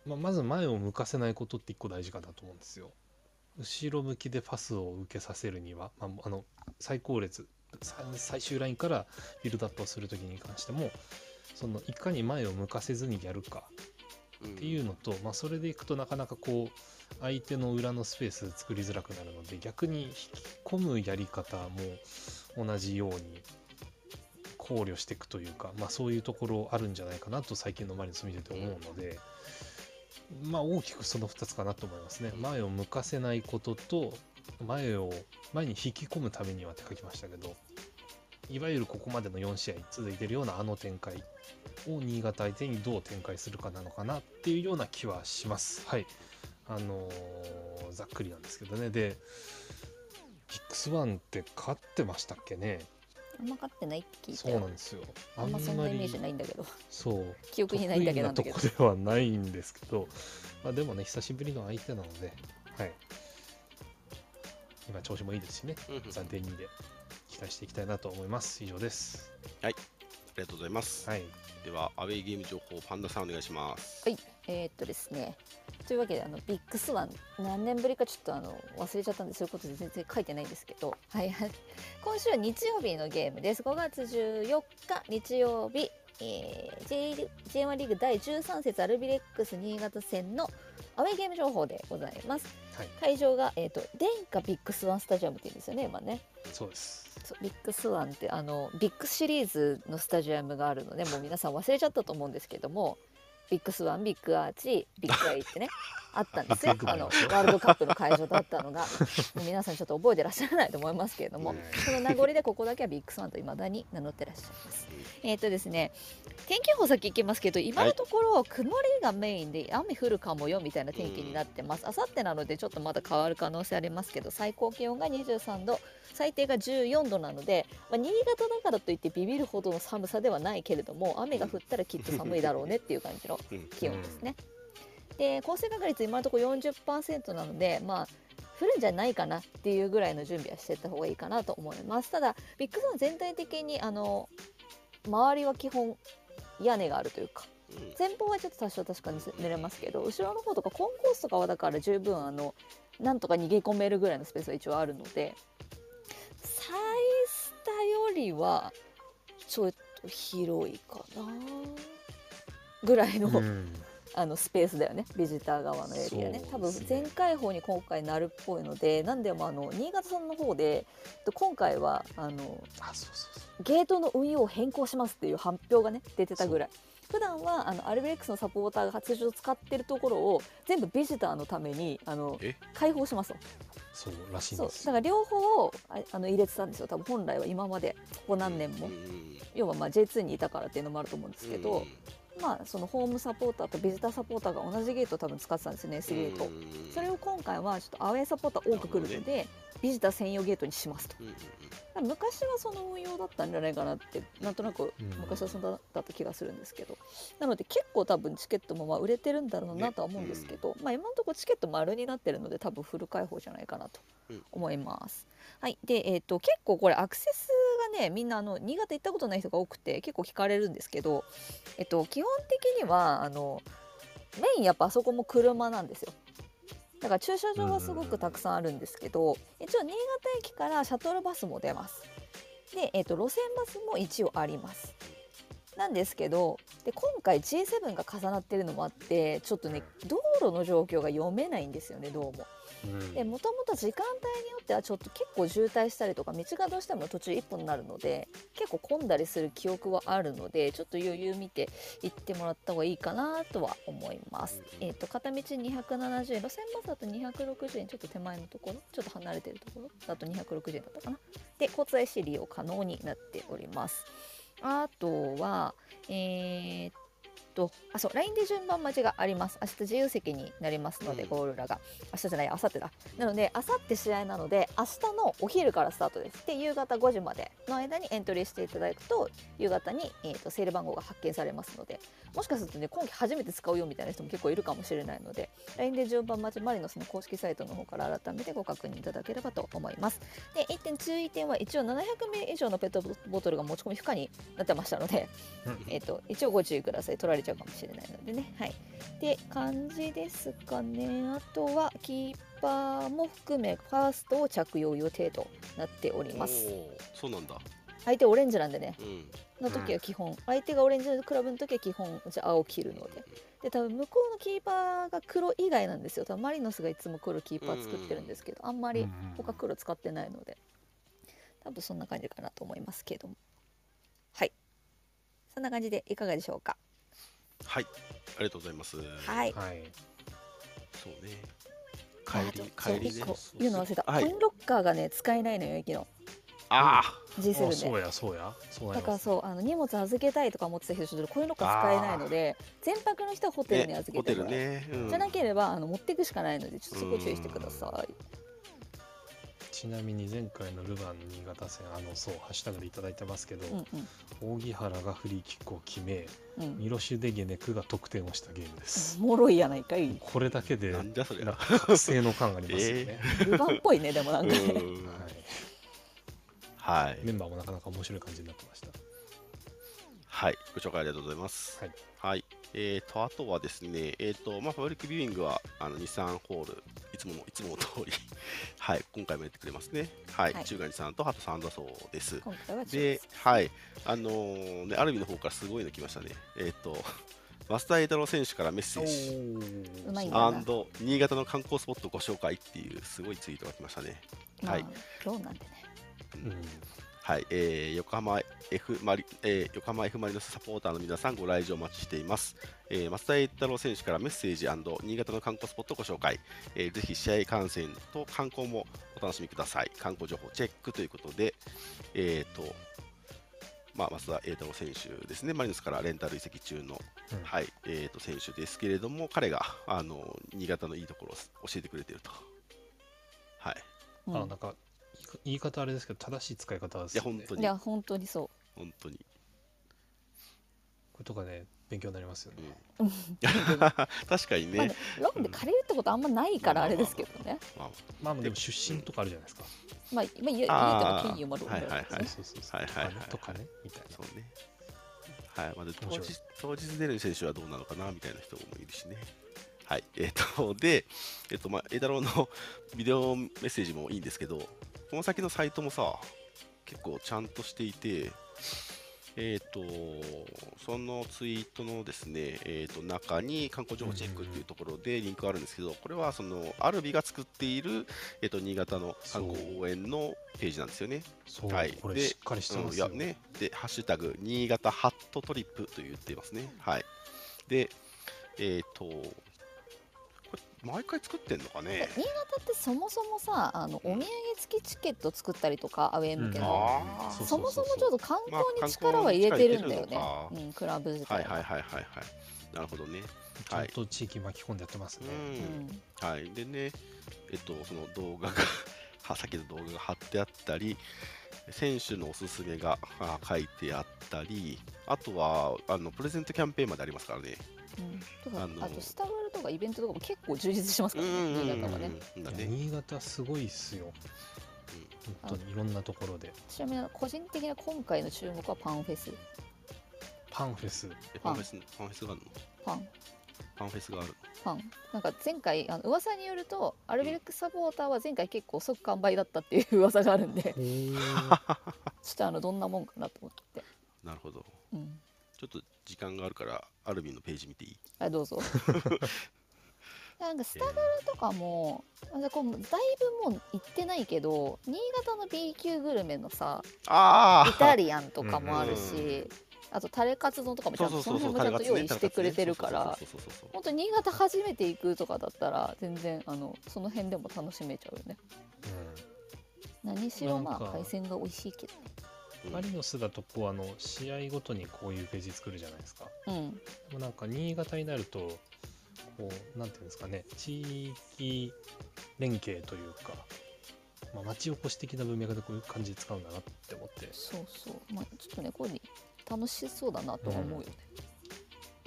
まあ、まず前を向かせないことって一個大事かなと思うんですよ。後ろ向きでパスを受けさせるには、まあ、あの最後列さ最終ラインからビルドアップをするときに関してもそのいかに前を向かせずにやるかっていうのと、まあ、それでいくとなかなかこう相手の裏のスペース作りづらくなるので逆に引き込むやり方も同じように考慮していくというか、まあ、そういうところあるんじゃないかなと最近のマリノス見てて思うので、まあ、大きくその2つかなと思いますね。前を向かせないことと前を前に引き込むためにはって書きましたけどいわゆるここまでの4試合続いてるようなあの展開を新潟相手にどう展開するかなのかなっていうような気はします。はい。あのーざっくりなんですけどね。で、ピックスワンって勝ってましたっけね。あんま勝ってないって聞いそうなてんですよあんまそんなイメージないんだけどそう 記憶にないだけなんだけど得意なとこではないんですけど、まあ、でもね久しぶりの相手なので、はい、今調子もいいですしねうんうんあ暫定2で期待していきたいなと思います以上ですりがとうございます。はいでは、アウェイゲーム情報、パンダさんお願いします。はい、えーっとですねというわけであのビッグスワン何年ぶりかちょっとあの忘れちゃったんでそういうことで全然書いてないんですけどはいはい 今週は日曜日のゲームです5月14日日曜日、えー J リ J1 リーグ第13節アルビレックス新潟戦のアウェイゲーム情報でございますはい会場が、えー、と殿下ビッグスワンスタジアムって言うんですよね今ねそうですそうビッグスワンってあのビッグシリーズのスタジアムがあるのでもう皆さん忘れちゃったと思うんですけどもビッグスワンビッグアーチビッグアイ ってねあったんですよビッグアイあのワールドカップの会場だったのがもう皆さんちょっと覚えてらっしゃらないと思いますけれどもねその名残でここだけはビッグスワンと未だに名乗ってらっしゃいます。えっ、とですね天気予報先行きますけど今のところ曇りがメインで雨降るかもよみたいな天気になってます。あさってなのでちょっとまだ変わる可能性ありますけど最高気温が23度最低が14度なので、まあ、新潟だからといってビビるほどの寒さではないけれども雨が降ったらきっと寒いだろうねっていう感じのうん気温ですね。で降水確率今のところ40%なのでまあ降るんじゃないかなっていうぐらいの準備はしてった方がいいかなと思いますただビッグゾーン全体的にあの周りは基本屋根があるというかうん前方はちょっと多少確かに濡れますけど後ろの方とかコンコースとかはだから十分あのなんとか逃げ込めるぐらいのスペースは一応あるのでサイスタよりはちょっと広いかなぐらいの、うんあのスペースだよねビジター側のエリアねそ多うで分すね全開放に今回なるっぽいのでなんでもあの新潟さんの方で今回はあのあそうそうそうゲートの運用を変更しますっていう発表がね出てたぐらい普段はあのアルベレックスのサポーターが通常使ってるところを全部ビジターのためにあのえ開放しますとそうらしいんそうですだよから両方をああの入れてたんですよ多分本来は今までここ何年もうんうん要はまあ J2 にいたからっていうのもあると思うんですけうど、んまあそのホームサポーターとビジターサポーターが同じゲートを多分使ってたんですよね S ゲート、うんそれを今回はちょっとアウェーサポーター多く来るので、ビジター専用ゲートにしますとうんうんうん昔はその運用だったんじゃないかなってなんとなくうん昔はそんなだった気がするんですけどなので結構多分チケットもまあ売れてるんだろうなとは思うんですけど、まあ、今のところチケット丸になってるので多分フル開放じゃないかなとうん思います。はい、で、えー、と結構これアクセスがねみんなあの新潟行ったことない人が多くて結構聞かれるんですけど、えっと基本的にはあのメインやっぱあそこも車なんですよ。だから駐車場はすごくたくさんあるんですけど一応新潟駅からシャトルバスも出ますで、えっと路線バスも一応ありますなんですけどで今回 G7 が重なってるのもあってちょっとね道路の状況が読めないんですよねどうも。うんでもともと時間帯によってはちょっと結構渋滞したりとか道がどうしても途中一本になるので結構混んだりする記憶はあるのでちょっと余裕見て行ってもらった方がいいかなとは思います、えっと片道270円路線バスだと260円ちょっと手前のところちょっと離れてるところだと260円だったかなで交通 IC 利用可能になっておりますあとはえーっとあそう LINE で順番待ちがあります明日自由席になりますので、うんゴールラが明日じゃない明後日だなので明後日試合なので明日のお昼からスタートですで夕方5時までの間にエントリーしていただくと夕方に、えー、とセール番号が発見されますのでもしかするとね今季初めて使うよみたいな人も結構いるかもしれないので LINE で順番待ちマリノスの公式サイトの方から改めてご確認いただければと思いますで1点注意点は一応700名以上のペットボトルが持ち込み不可になってましたのでうんえっと一応ご注意ください取られちゃうかもしれないのでねはいって感じですかねあとはキーパーも含めファーストを着用予定となっておりますおーそうなんだ。相手オレンジなんでねうんの時は基本、相手がオレンジのクラブの時は基本じゃあ青着るのでで多分向こうのキーパーが黒以外なんですよ多分マリノスがいつも黒キーパー作ってるんですけどあんまり他黒使ってないので多分そんな感じかなと思いますけどもはいそんな感じでいかがでしょうかはい、ありがとうございます。はいはいそうね。帰り、そう帰り一ね個。言うの忘れた、はいコインロッカーがね使えないのよ駅のああ G7 そでうやそうやそうなだりかまらすねそうあの荷物預けたいとか思ってた人ちょっとコインロッカー使えないので全泊の人はホあ、テルに預ホけテてルもらう、ね。うんじゃなければあの持っていくしかないのでちょっとそこ注意してくださいちなみに前回のルヴァン新潟戦あのそうハッシュタグでいただいてますけど、うん扇原がフリーキックを決めうんうんミロシュデゲネクが得点をしたゲームですお、もろいやないかいこれだけでなんだそれなんは。か覚醒の感がありますよね、ルバンっぽいねでもなうんかねーんはい、はいメンバーもなかなか面白い感じになってましたはい、ご紹介ありがとうございます。はい、えー、とあとはですね、えーとまあ、パブリックビューイングはあの日産ホール、いつものいつもの通り、 はい、今回もやってくれますね。はい、はい中谷さんとハトさんだそうです。今回はちょっとで、はい、あのーね、アルミの方からすごいの来ましたね。えー、と、マスターエドロ選手からメッセージ、うまいんだアなンド新潟の観光スポットご紹介っていう、すごいツイートが来ましたね。まあはい今日なんでねうんはい、えー横浜 F マリ、えー横浜 F マリノスサポーターの皆さんご来場お待ちしています。えー松田栄太郎選手からメッセージ新潟の観光スポットをご紹介、えーぜひ試合観戦と観光もお楽しみください。観光情報チェックということで、えーと、まあ松田栄太郎選手ですね、マリノスからレンタル移籍中の、うんはい、えーと選手ですけれども、彼があの新潟のいいところを教えてくれていると。はい。うあなんか言い方あれですけど正しい使い方ですいや本当こんいにや本当にそ 本当に。れとかね勉強になりますよね、う、うん 確かにまあねね、ロンで借りるってことあんまないからあれですけどねまあ、まあでも出身とかあるじゃないですか、まあ今言えあーば金融もあるわけですね、はいそうそうそうはいはいはいはいとかねとかねみたいなそうね。はい、まあ、で当面白い日当日出る選手はどうなのかなみたいな人もいるしね。はい、えっ、と、 で、えっ、と、まあ、枝郎の ビデオメッセージもいいんですけど、この先のサイトもさ、結構ちゃんとしていて、えっ、と、そのツイートのですね、えっ、と、中に観光情報チェックっていうところでリンクがあるんですけど、これはその、アルビが作っている、えっ、と、新潟の観光応援のページなんですよね。そう、はいこれでしっかりしてうんまいすやよ、ね、で、ハッシュタグ、新潟ハットトリップと言っていますね。はい。で、えっ、と、これ、毎回作ってんのかね。新潟ってそもそもさあのお土産付きチケット作ったりとかアウェー向けうんの、あーううううそもそもちょっと観光に力は入れてるんだよね、まあ観光うん、クラブ自体はいはいはいはいはい。なるほどね。ちゃんと地域巻き込んでやってますね、ううんんはい、でね、えっと、その動画が は、先の動画が貼ってあったり、選手のおすすめがあ書いてあったり、あとはあのプレゼントキャンペーンまでありますからね。うんとかあのあとスタバルとかイベントとかも結構充実してますからね、新潟はね。うんだいやね。新潟すごいっすよ本当にいろんなところでちなみに個人的な今回の注目はパンフェスパンフェスえパンフェス、パンフェスがあるのパンパンフェスがあるのパンなんか前回あの噂によるとアルビレックサポーターは前回結構即完売だったっていう噂があるんでちょっとあのどんなもんかなと思って、なるほど。うん、ちょっと時間があるから、アルミンのページ見ていいあど うぞなんかスタバルとかもなんかこうだいぶもう行ってないけど新潟の B 級グルメのさあイタリアンとかもあるし、うんうんあとタレカツ丼とかもちゃんとその辺もちゃんと用意してくれてるからそうそうそうそう。本当に新潟初めて行くとかだったら全然あのその辺でも楽しめちゃうよね何しろまなんあか海鮮が美味しいけどねうんマリノスだとこうあの試合ごとにこういうページ作るじゃないですかうんでもなんか新潟になるとこうなんていうんですかね地域連携というか、まあ、町おこし的な文脈でこういう感じで使うんだなって思ってそうそうまあちょっとねこういうの楽しそうだなとは思うよね、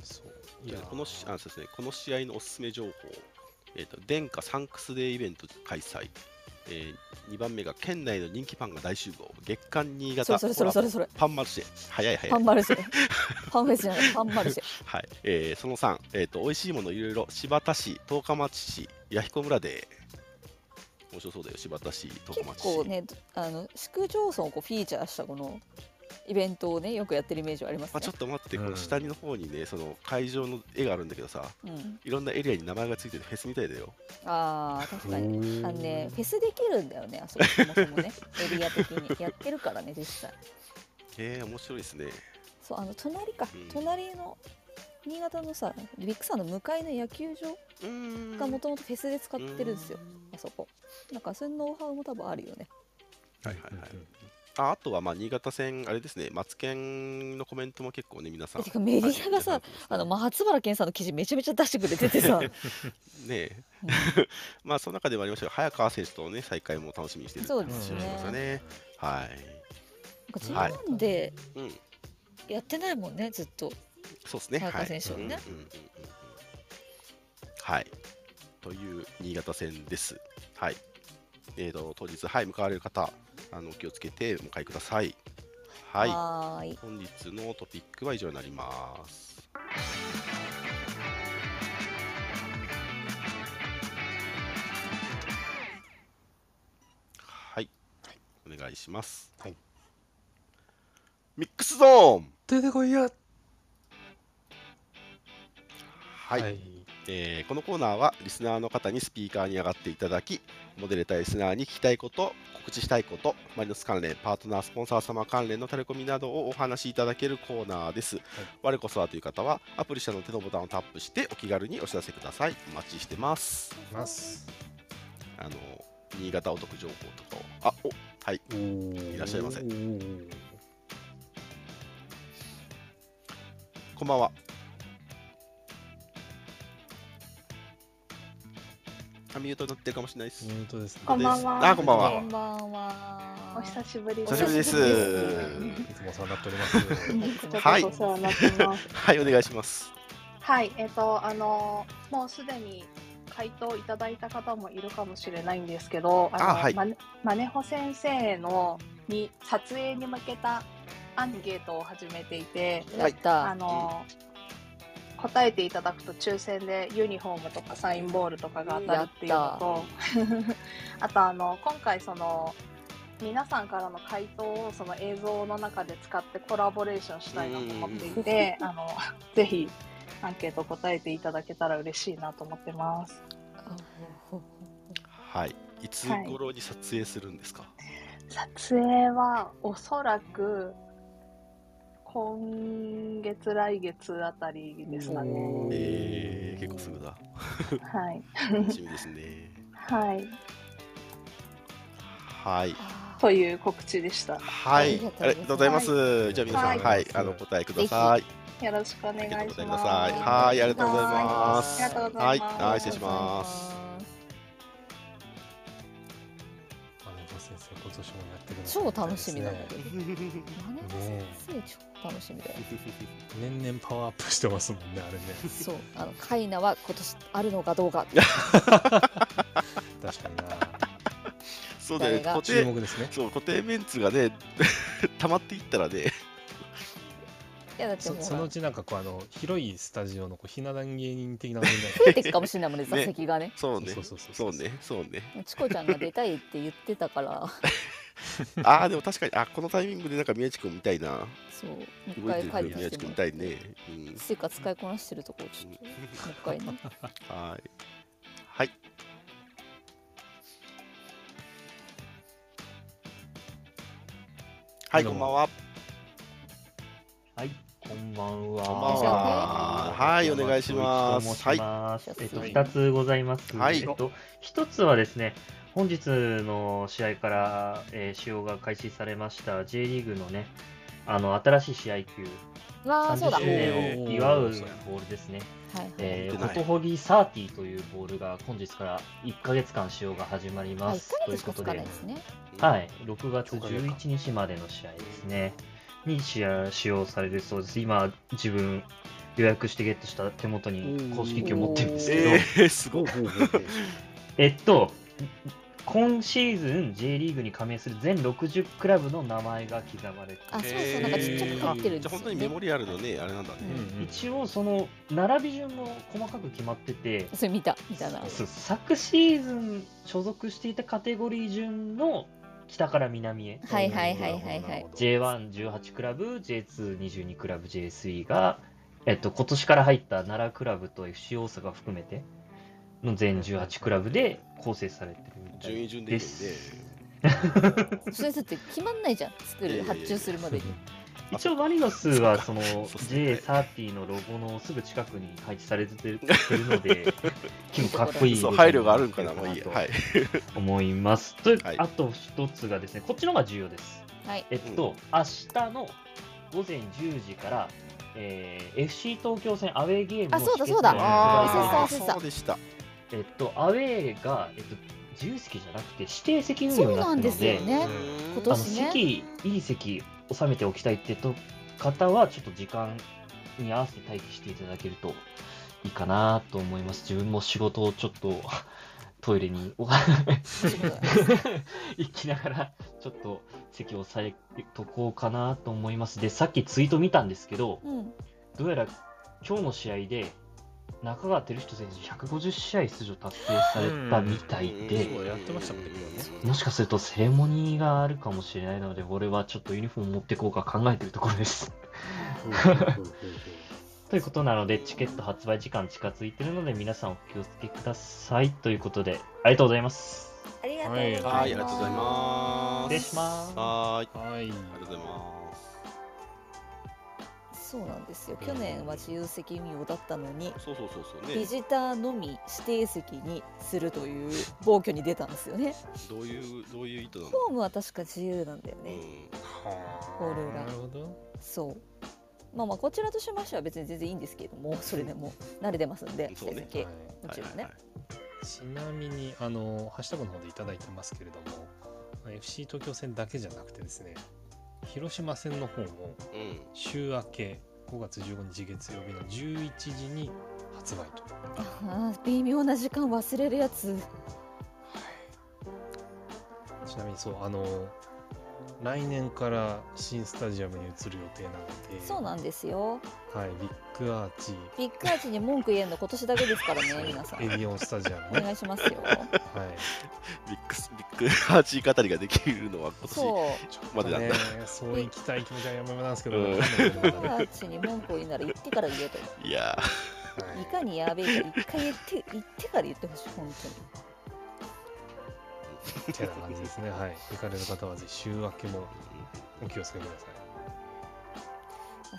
そうじゃあこのしああそうです、ね、この試合のおすすめ情報、えー、と殿下サンクスデーイベント開催、え2番目が県内の人気パンが大集合、月間新それ潟それそれそれそれパンマルシェ、早い早パンい。マルシェパンフェスじゃないパンマルシェはいえーその3、えーと、美味しいものいろいろ、柴田市、十日町市、弥彦村で、面白そうだよ、柴田市、十日町結市。構ねあの市区町村をこうフィーチャーしたこのイベントをねよくやってるイメージはありますね、まあ、ちょっと待って、こうのん下にの方にね、その会場の絵があるんだけどさ、うん、いろんなエリアに名前がついててフェスみたいだよ。あー確かにあのねフェスできるんだよねあそこそもそ もねエリア的にやってるからね実際えー、面白いですね。そうあの隣か、うん隣の新潟のさビッグサンの向かいの野球場うーんがもともとフェスで使ってるんですようーんあそこなんかそういうノウハウも多分あるよねはいはいはい。ああとはまあ新潟戦、あれですね、マツケンのコメントも結構ね、皆さん。てかメディアがさはいいただいてますねあの松原健さんの記事めちゃめちゃ出してくれて てさねえ、うん まあその中でもありましたが、早川選手とのね再会も楽しみにしてるってそうです話もありましたね。はい、なんか G1 でうん、やってないもんねずっとそうですね。早川はい選手ねうんうんうんうんうんはい。という新潟戦です。はい。えーと当日はい向かわれる方、あのお気をつけてお迎えください。はい。はーい本日のトピックは以上になります。はい、お願いします。はいミックスゾーン。出てこいやはい、えーこのコーナーはリスナーの方にスピーカーに上がっていただき、モデレーターやリスナーに聞きたいこと、告知したいこと、マリノス関連、パートナー、スポンサー様関連のタレコミなどをお話しいただけるコーナーです。我こそはという方は、アプリ社の手のボタンをタップしてお気軽にお知らせください。お待ちしてます。いますあの新潟お得情報とかを。あおはい、いらっしゃいませおーこんばんは。あミュートになってるかもしれないです。ミュートですねこんばんはあこんばんはこんばんは。お久しぶりです。お久しぶりです。いつもお世話になっておりますぶりです。はいお世話になってます。はい、お願いします。はい、えっ、と、あのーもうすでに回答いただいた方もいるかもしれないんですけど、のあはいマネマネホ先生のに撮影に向けたアンケートを始めていて、やった、あのー答えていただくと抽選でユニフォームとかサインボールとかが当たるっていうのとあとあの今回その皆さんからの回答をその映像の中で使ってコラボレーションしたいなと思っていて、あのぜひアンケート答えていただけたら嬉しいなと思ってます。はい、いつ頃に撮影するんですか。撮影はおそらく今月来月あたりですかおね。えー、結構すぐだ。はい。楽しみです ね。はい。はい。という告知でした。はありいがとうございま、すありがとうございます。じゃあ皆さん、はいはい、あのお答えください。よろしくお願いしありがとうまござす。います。はい、ありがとうございます。ありがとうございますはい、はい、失礼します。マネ先生今年もやってくださる超みたい楽でしすみねなんだけどマネホ先生超楽しみだよ年々パワーアップしてますもんねあれねそうあのカイナは今年あるのか どうか確かにな そうだよね、誰が固注定、目ですねそう、固定メンツがね、 溜まっていったらね、いやだってそもうそのう増ちなんかこうあの広いスタジオのこうひな壇芸人的な問えていくかもしれない もんねね座席がねそう題ね、そうそうそうね、そうね。チコちゃんが出たいって言ってたからああ、でも確かに、あ、このタイミングでなんか宮地君みたいな、そうもう動いて一回る帰っ宮て地きて君みもらたっいてね。うんスイカ使いこなしてるとこをちょ っともう一回ねはい。はい。はい、こんばんは。はい、こんばんは。こんばんは。はい、お願いします。ははいい。。えっと、はい二つございます。はいえっと、一つはですね、本日の試合から、えー使用が開始されました J リーグのね、あの、新しい試合球、わあそう30だ周はい年を祝うボールですね。はいえ出ー、なホいトホギ30というボールが本日から1ヶ月間使用が始まりあます。 1ヶと月いうしかこと使わないでで、すねはい、6月今日からか11日までの試合ですね、に試合使用されるそうです。今、自分、予約してゲットした手元に公式機を持ってるんですけど、えー、すごい。えっと、今シーズン J リーグに加盟する全60クラブの名前が刻まれてあそうそうえーなんかちっちゃく入ってるんじゃあです本よ当にメねモリアルのね、あれなんだね。うんうん一応、その並び順も細かく決まってて、それ見た見たなそう昨シーズン所属していたカテゴリー順の北から南へ。はいはいはいはいはい J118 クラブ、J222 クラブ、J3 が、えっと、今年から入った奈良クラブと FC 大阪含めての全18クラブで構成されてるみた順位い順でいいもでんねす。。それだって決まんないじゃん作いやいるやいや 発注するまでに一応マリノスはそのそうっすね J30 のロゴのすぐ近くに配置されてるの で結構かっこいいそう配慮があるんかな、まあいいや。とはい。思います。と、はいあと一つがですね、こっちの方が重要です。はいえっと、明日の午前10時から、えー FC 東京戦アウェーゲームのあそうだチケットそうだがあああ、ーそうそうそうでした。えっと、アウェーが、えっと、自由席じゃなくて指定席運用になってるのそうで、なんですよね今あの年ね席、いい席収めておきたいってと方は、ちょっと時間に合わせて待機していただけるといいかなと思います。自分も仕事をちょっとトイレにお 行きながら、ちょっと席を押さえとこうかなと思います。で、さっきツイート見たんですけど、うんどうやら今日の試合で、中川照人選手150試合出場達成されたみたいで、そうやってましたもんね今日もしかするとセレモニーがあるかもしれないので、俺はちょっとユニフォーム持ってこうか考えてるところです。 ということなので、チケット発売時間近づいてるので、皆さんお気をつけください。ということで、ありがとうございます。ありがとうはございいます、はい、ありがとうございます。失礼します。はーい、はいありがとうございます。そうなんですよ去年は自由席運用だったのにそうそうそうそうビね。ジターのみ指定席にするという暴挙に出たんですよねどういうどういう意図なの？ホームは確か自由なんだようね、ん。ボールがなるほどそうまあまあこちらとしましては別に全然いいんですけれどもそれでも慣れてますんでそうね指定席はいもちろんね、はいちなみにあのハッシュタグの方でいただいてますけれども FC 東京戦だけじゃなくてですね広島戦の方もはいはいうん。週明け5月15日月曜日の11時に発売とあー微妙な時間忘れるやつちなみにそうあの来年から新スタジアムに移る予定なのでそうなんですよはい、ビッグアーチビッグアーチに文句言えるの今年だけですからね皆さんエディオンスタジアムおね、願いしますよはいビッグスビッグアーチ語りができるのは今年そうちょっとまでなんだ。ねそう行きたい気持ちはやまやまなんですけど、うんわかんないけどビッまだグねアーチに文句を言うなら言ってから言えといやはいいかにやべえか一回言って言ってから言ってほしい本てな感じですねはい行かれる方はぜひ週明けもお気をつけくださ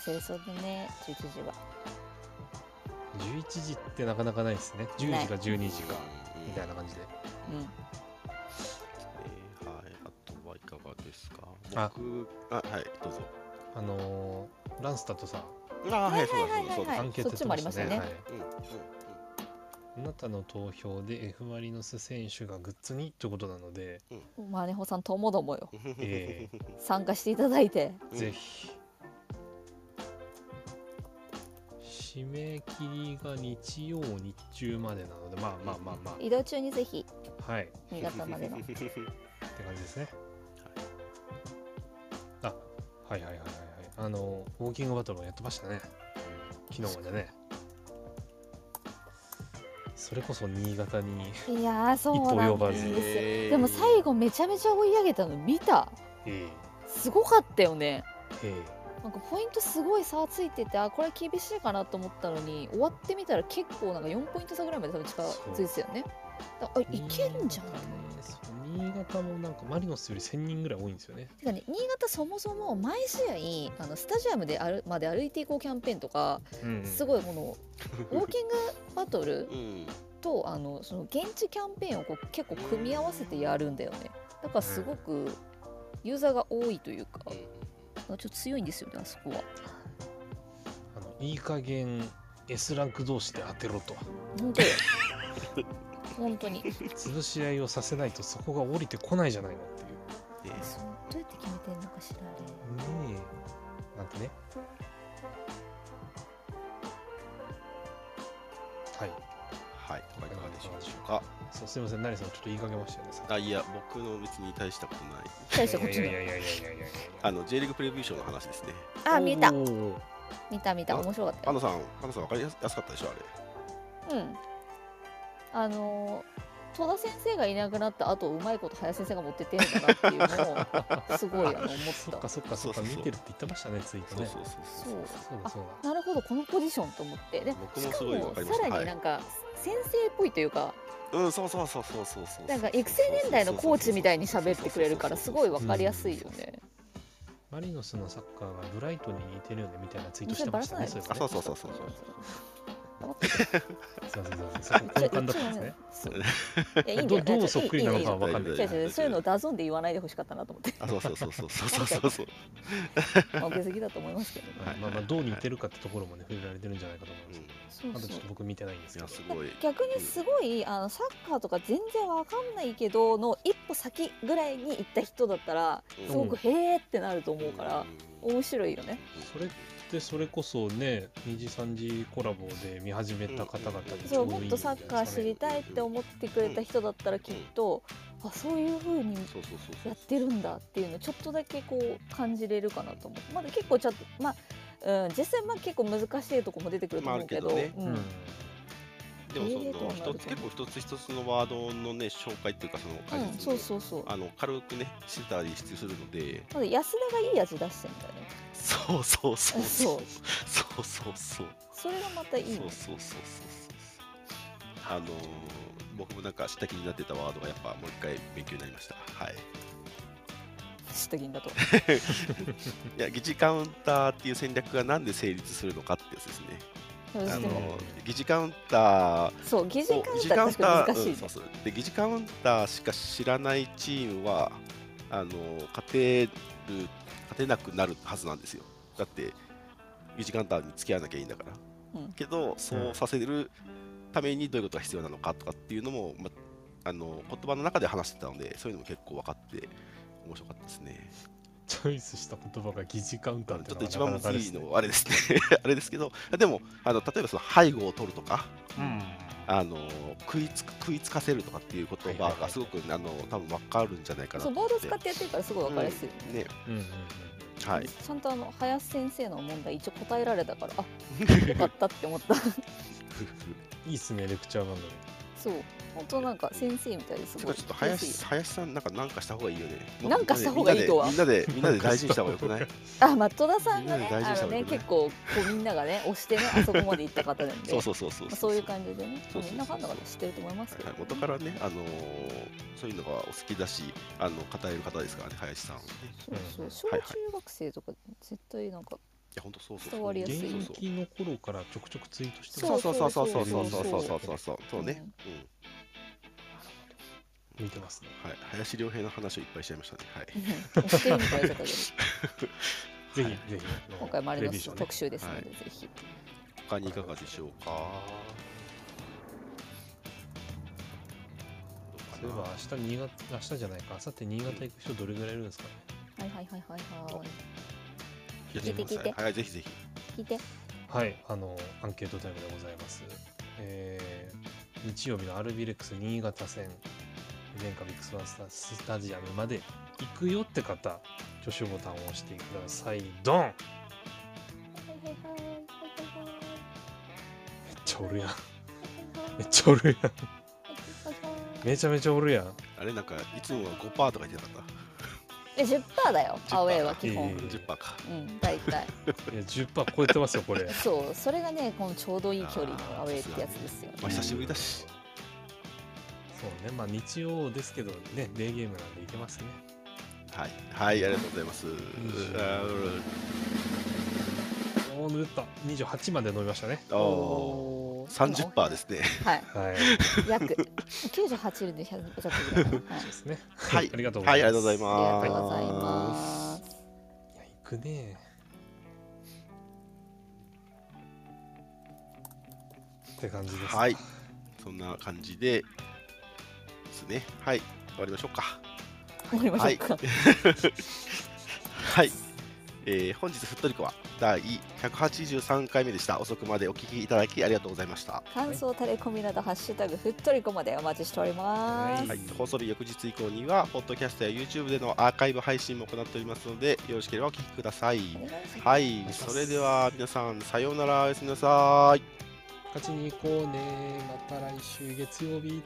当に忘れそうでね11時はい11時ってなかなかないですね10時か12時かーみたいな感じでうんえーはい、あとはいかがですかあ僕あはいどうぞあのーランスタとさあはいそうはいだそうだはいアそうだンケートやってましたね,、そっちもありましたねはい、うんうんあなたの投票で F ・マリノス選手がグッズにということなので、マネホさんともどもようんえ参加していただいてうんぜひ締め切りが日曜日中までなのでまあまあまあま移動中にぜひあはいっ新潟までのて感じですねあはいはいはいはいはいあのウォーキングバトルもやってましたね昨日までねそれこそ新潟にいやーそうなんですよえーでも最後めちゃめちゃ追い上げたの見たえすごかったよねええなんかポイントすごい差ついててあこれ厳しいかなと思ったのに終わってみたら結構なんか4ポイント差ぐらいまで多分近づいてたよねだあえいけるんじゃん新潟ねそう新潟もなんかマリノスより1000人ぐらい多いんですよねてかね新潟そもそも毎試合あのスタジアムであるまで歩いていこうキャンペーンとかすごいこ のウォーキングバトルうんとあのその現地キャンペーンをこう結構組み合わせてやるんだよねだからすごくユーザーが多いというかちょっと強いんですよねあそこはあのいい加減 S ランク同士で当てろと本 当よ本当に潰し合いをさせないとそこが降りてこないじゃないのっていうえーそうどうやって決めてんのかしらあれねえなんてねはいはい他いかがでしょうでしょうかそうすいません成さんちょっと言いかけましたよねさっきあいや僕の別に大したことない 大したことないいやいやいやいやいやいやいやあの J リーグプレビュー賞の話ですねあ見たおー見た見た面白かったアよナさんアナさんわかりやすやすかったでしょあれうんあのー戸田先生がいなくなった後うまいこと林先生が持ってってんだなっていうのをすごいあの思っそたっかそっかそっそかうそうそう見てるって言ってましたねツイートそうねそうそうそうそうだそうだなるほどこのポジションと思ってで僕しもかすごいわもかりましたさらになんか先生っぽいというかうんそうそうそうそうそうそうなんか育成年代のコーチみたいに喋ってくれるからすごいわ分かりやすいよねマリノスのサッカーがブライトンに似てるよねみたいなツイートしそてれバまラしさたないね。ですそういねえばねすいませんすいません。そここの勘だったんですね。あそうそうそうそうそうそういやいいんだよどどうそっくりなのかは分かんない違う違うそういうのダゾンで言わないでほしかったなと思ってあそうそうそうそうそうそうそうそうまあ受け継ぎだと思いますけどはいまあまあどう似てるかってところもね触れられてるんじゃないかと思いまうんす。いそうあそとうちょっと僕見てないんですけやど。すごい逆にすごいあのサッカーとか全然わかんないけどの一歩先ぐらいに行った人だったらすごくへーってなると思うから面白いよねそれでそれこそね2時3時コラボで見始めた方々にちそょううどいもいっんとじゃないサッですカかー知ねりたいって思ってくれた人だったらきっとあそういう風にそうそうそうやってるんだっていうのちょっとだけこう感じれるかなと思うまだ結構ちょっとまあ、うん、実際まあ結構難しいとこも出てくると思うけど,、まああるけううんんでもえーどうなるそとの一つ結構一つ一つのワードのね紹介っていうかそのうん解説そもうそうそうあの軽くねしてたりするのでまだ安田がいい味出してんだよねそうそう そうそうそうそうそうそれがまたいいねそうそうそうそうそうあのー僕もなんか知った気になってたワードがやっぱもう一回勉強になりましたはい知った銀だといや疑似カウンターっていう戦略がなんで成立するのかってやつですねでもあでもの疑似カウンターそう疑似そうカウンター確か難しいうんねそうそうで疑似カウンターしか知らないチームはあの勝てる勝てなくなるはずなんですよだって疑似カウンターに付き合わなきゃいいんだから、うんけどそうさせるためにどういうことが必要なのかとかっていうのも、ま、あの言葉の中で話してたのでそういうのも結構分かって面白かったですねチョイスした言葉が疑似カウンターちょっのとが一番むなかずなかでいすねのはあれですね あれですけどでもあの例えばその背後を取るとかうんあの食いつく食いつかせるとかっていう言葉がすごく、あの多分分かるんじゃないかなそうとボ思ードっをて。使ってやってるからすごい分かりやすいよね、ね、うんうんうんはい、ちゃんとあの林先生の問題一応答えられたから あよかったって思ったいいっすねレクチャーなのにそう本当なんか先生みたいですてごかいちょっとやすいよ林林さんなんかなんかした方がいいよね。なんかした方がいいとはみんなでみんなでみんなで大事にした方がよくない？あ、まあ、戸田さんがね、みんなで大事にしあた方がのいね、いよね結構、こう、みんながね、押してね、あそこまで行った方なんで。そうそうそうそうまあそういう感じでね、そうそうそうみんなファンの方知ってると思いますけど、はい、元からね、あのーそういうのがお好きだし、あの語れる方ですからね、林さん。いそううんそう、小はい中はい学生とか、絶対なんか、や本当そうそう。伝わりや現すいそうそう役の頃からちょくちょくツイートしてそうそうそうそうそうそそううそそうそうそううそうそうそうそうね。うん。見てますねはい、林良平の話をいっぱいしちゃいましたね。はい。押してるみたいな方ぜで、ひぜひ今回マリノスのレビュー書ね特集ですので、ぜひ。他にいかがでしょうか。そういえば明日新潟明日じゃないか明後日新潟行く人どれぐらいいるんですかねはいはいはいはいはい。やってみます聞いて聞いてはい、ぜひぜひ。聞いて。はい、あのアンケートタイムでございます。えー日曜日のアルビレックス新潟戦、原価ビッグスワンスタスタジアムまで行くよって方、挙手ボタンを押してください。ドンめっちゃおるやん。めっちゃおるやん。めちゃめちゃおるやん。あれなんかいつもは5%とか言ってなかっえ、十パーだよ、 10%アウェイは基え本。たー10%かうん、大体。いや、10%超えてますよ、これ。そう、それがね、このちょうどいい距離のアウェイってやつですよねまあ。久しぶりだしそうね、まあ日曜ですけどね、デーゲームなんで行けますね。はいはいありがとうございますおー、塗った。28まで伸びましたね。あーおー30%ですねはい。はい。約98で100弱ぐらいかな。はいですね。はいありがとうごはざいます。いありがとうございあますりがとうございます。いや、行くね。って感じです。はい。そんな感じでですねはい終わりましょうか終わりましょうか。はい、えー本日ふっとりこは第183回目でした遅くまでお聞きいただきありがとうございました感想、タレコミなど、ハッシュタグ、ふっとりこまでお待ちしております。ははいい、放送日翌日以降には、ポッドキャストや YouTube でのアーカイブ配信も行っておりますので、よろしければお聞きください。お願いしますはい、それでは皆さん、さようなら、おやすみなさい。勝ちに行こうね。また来週月曜日。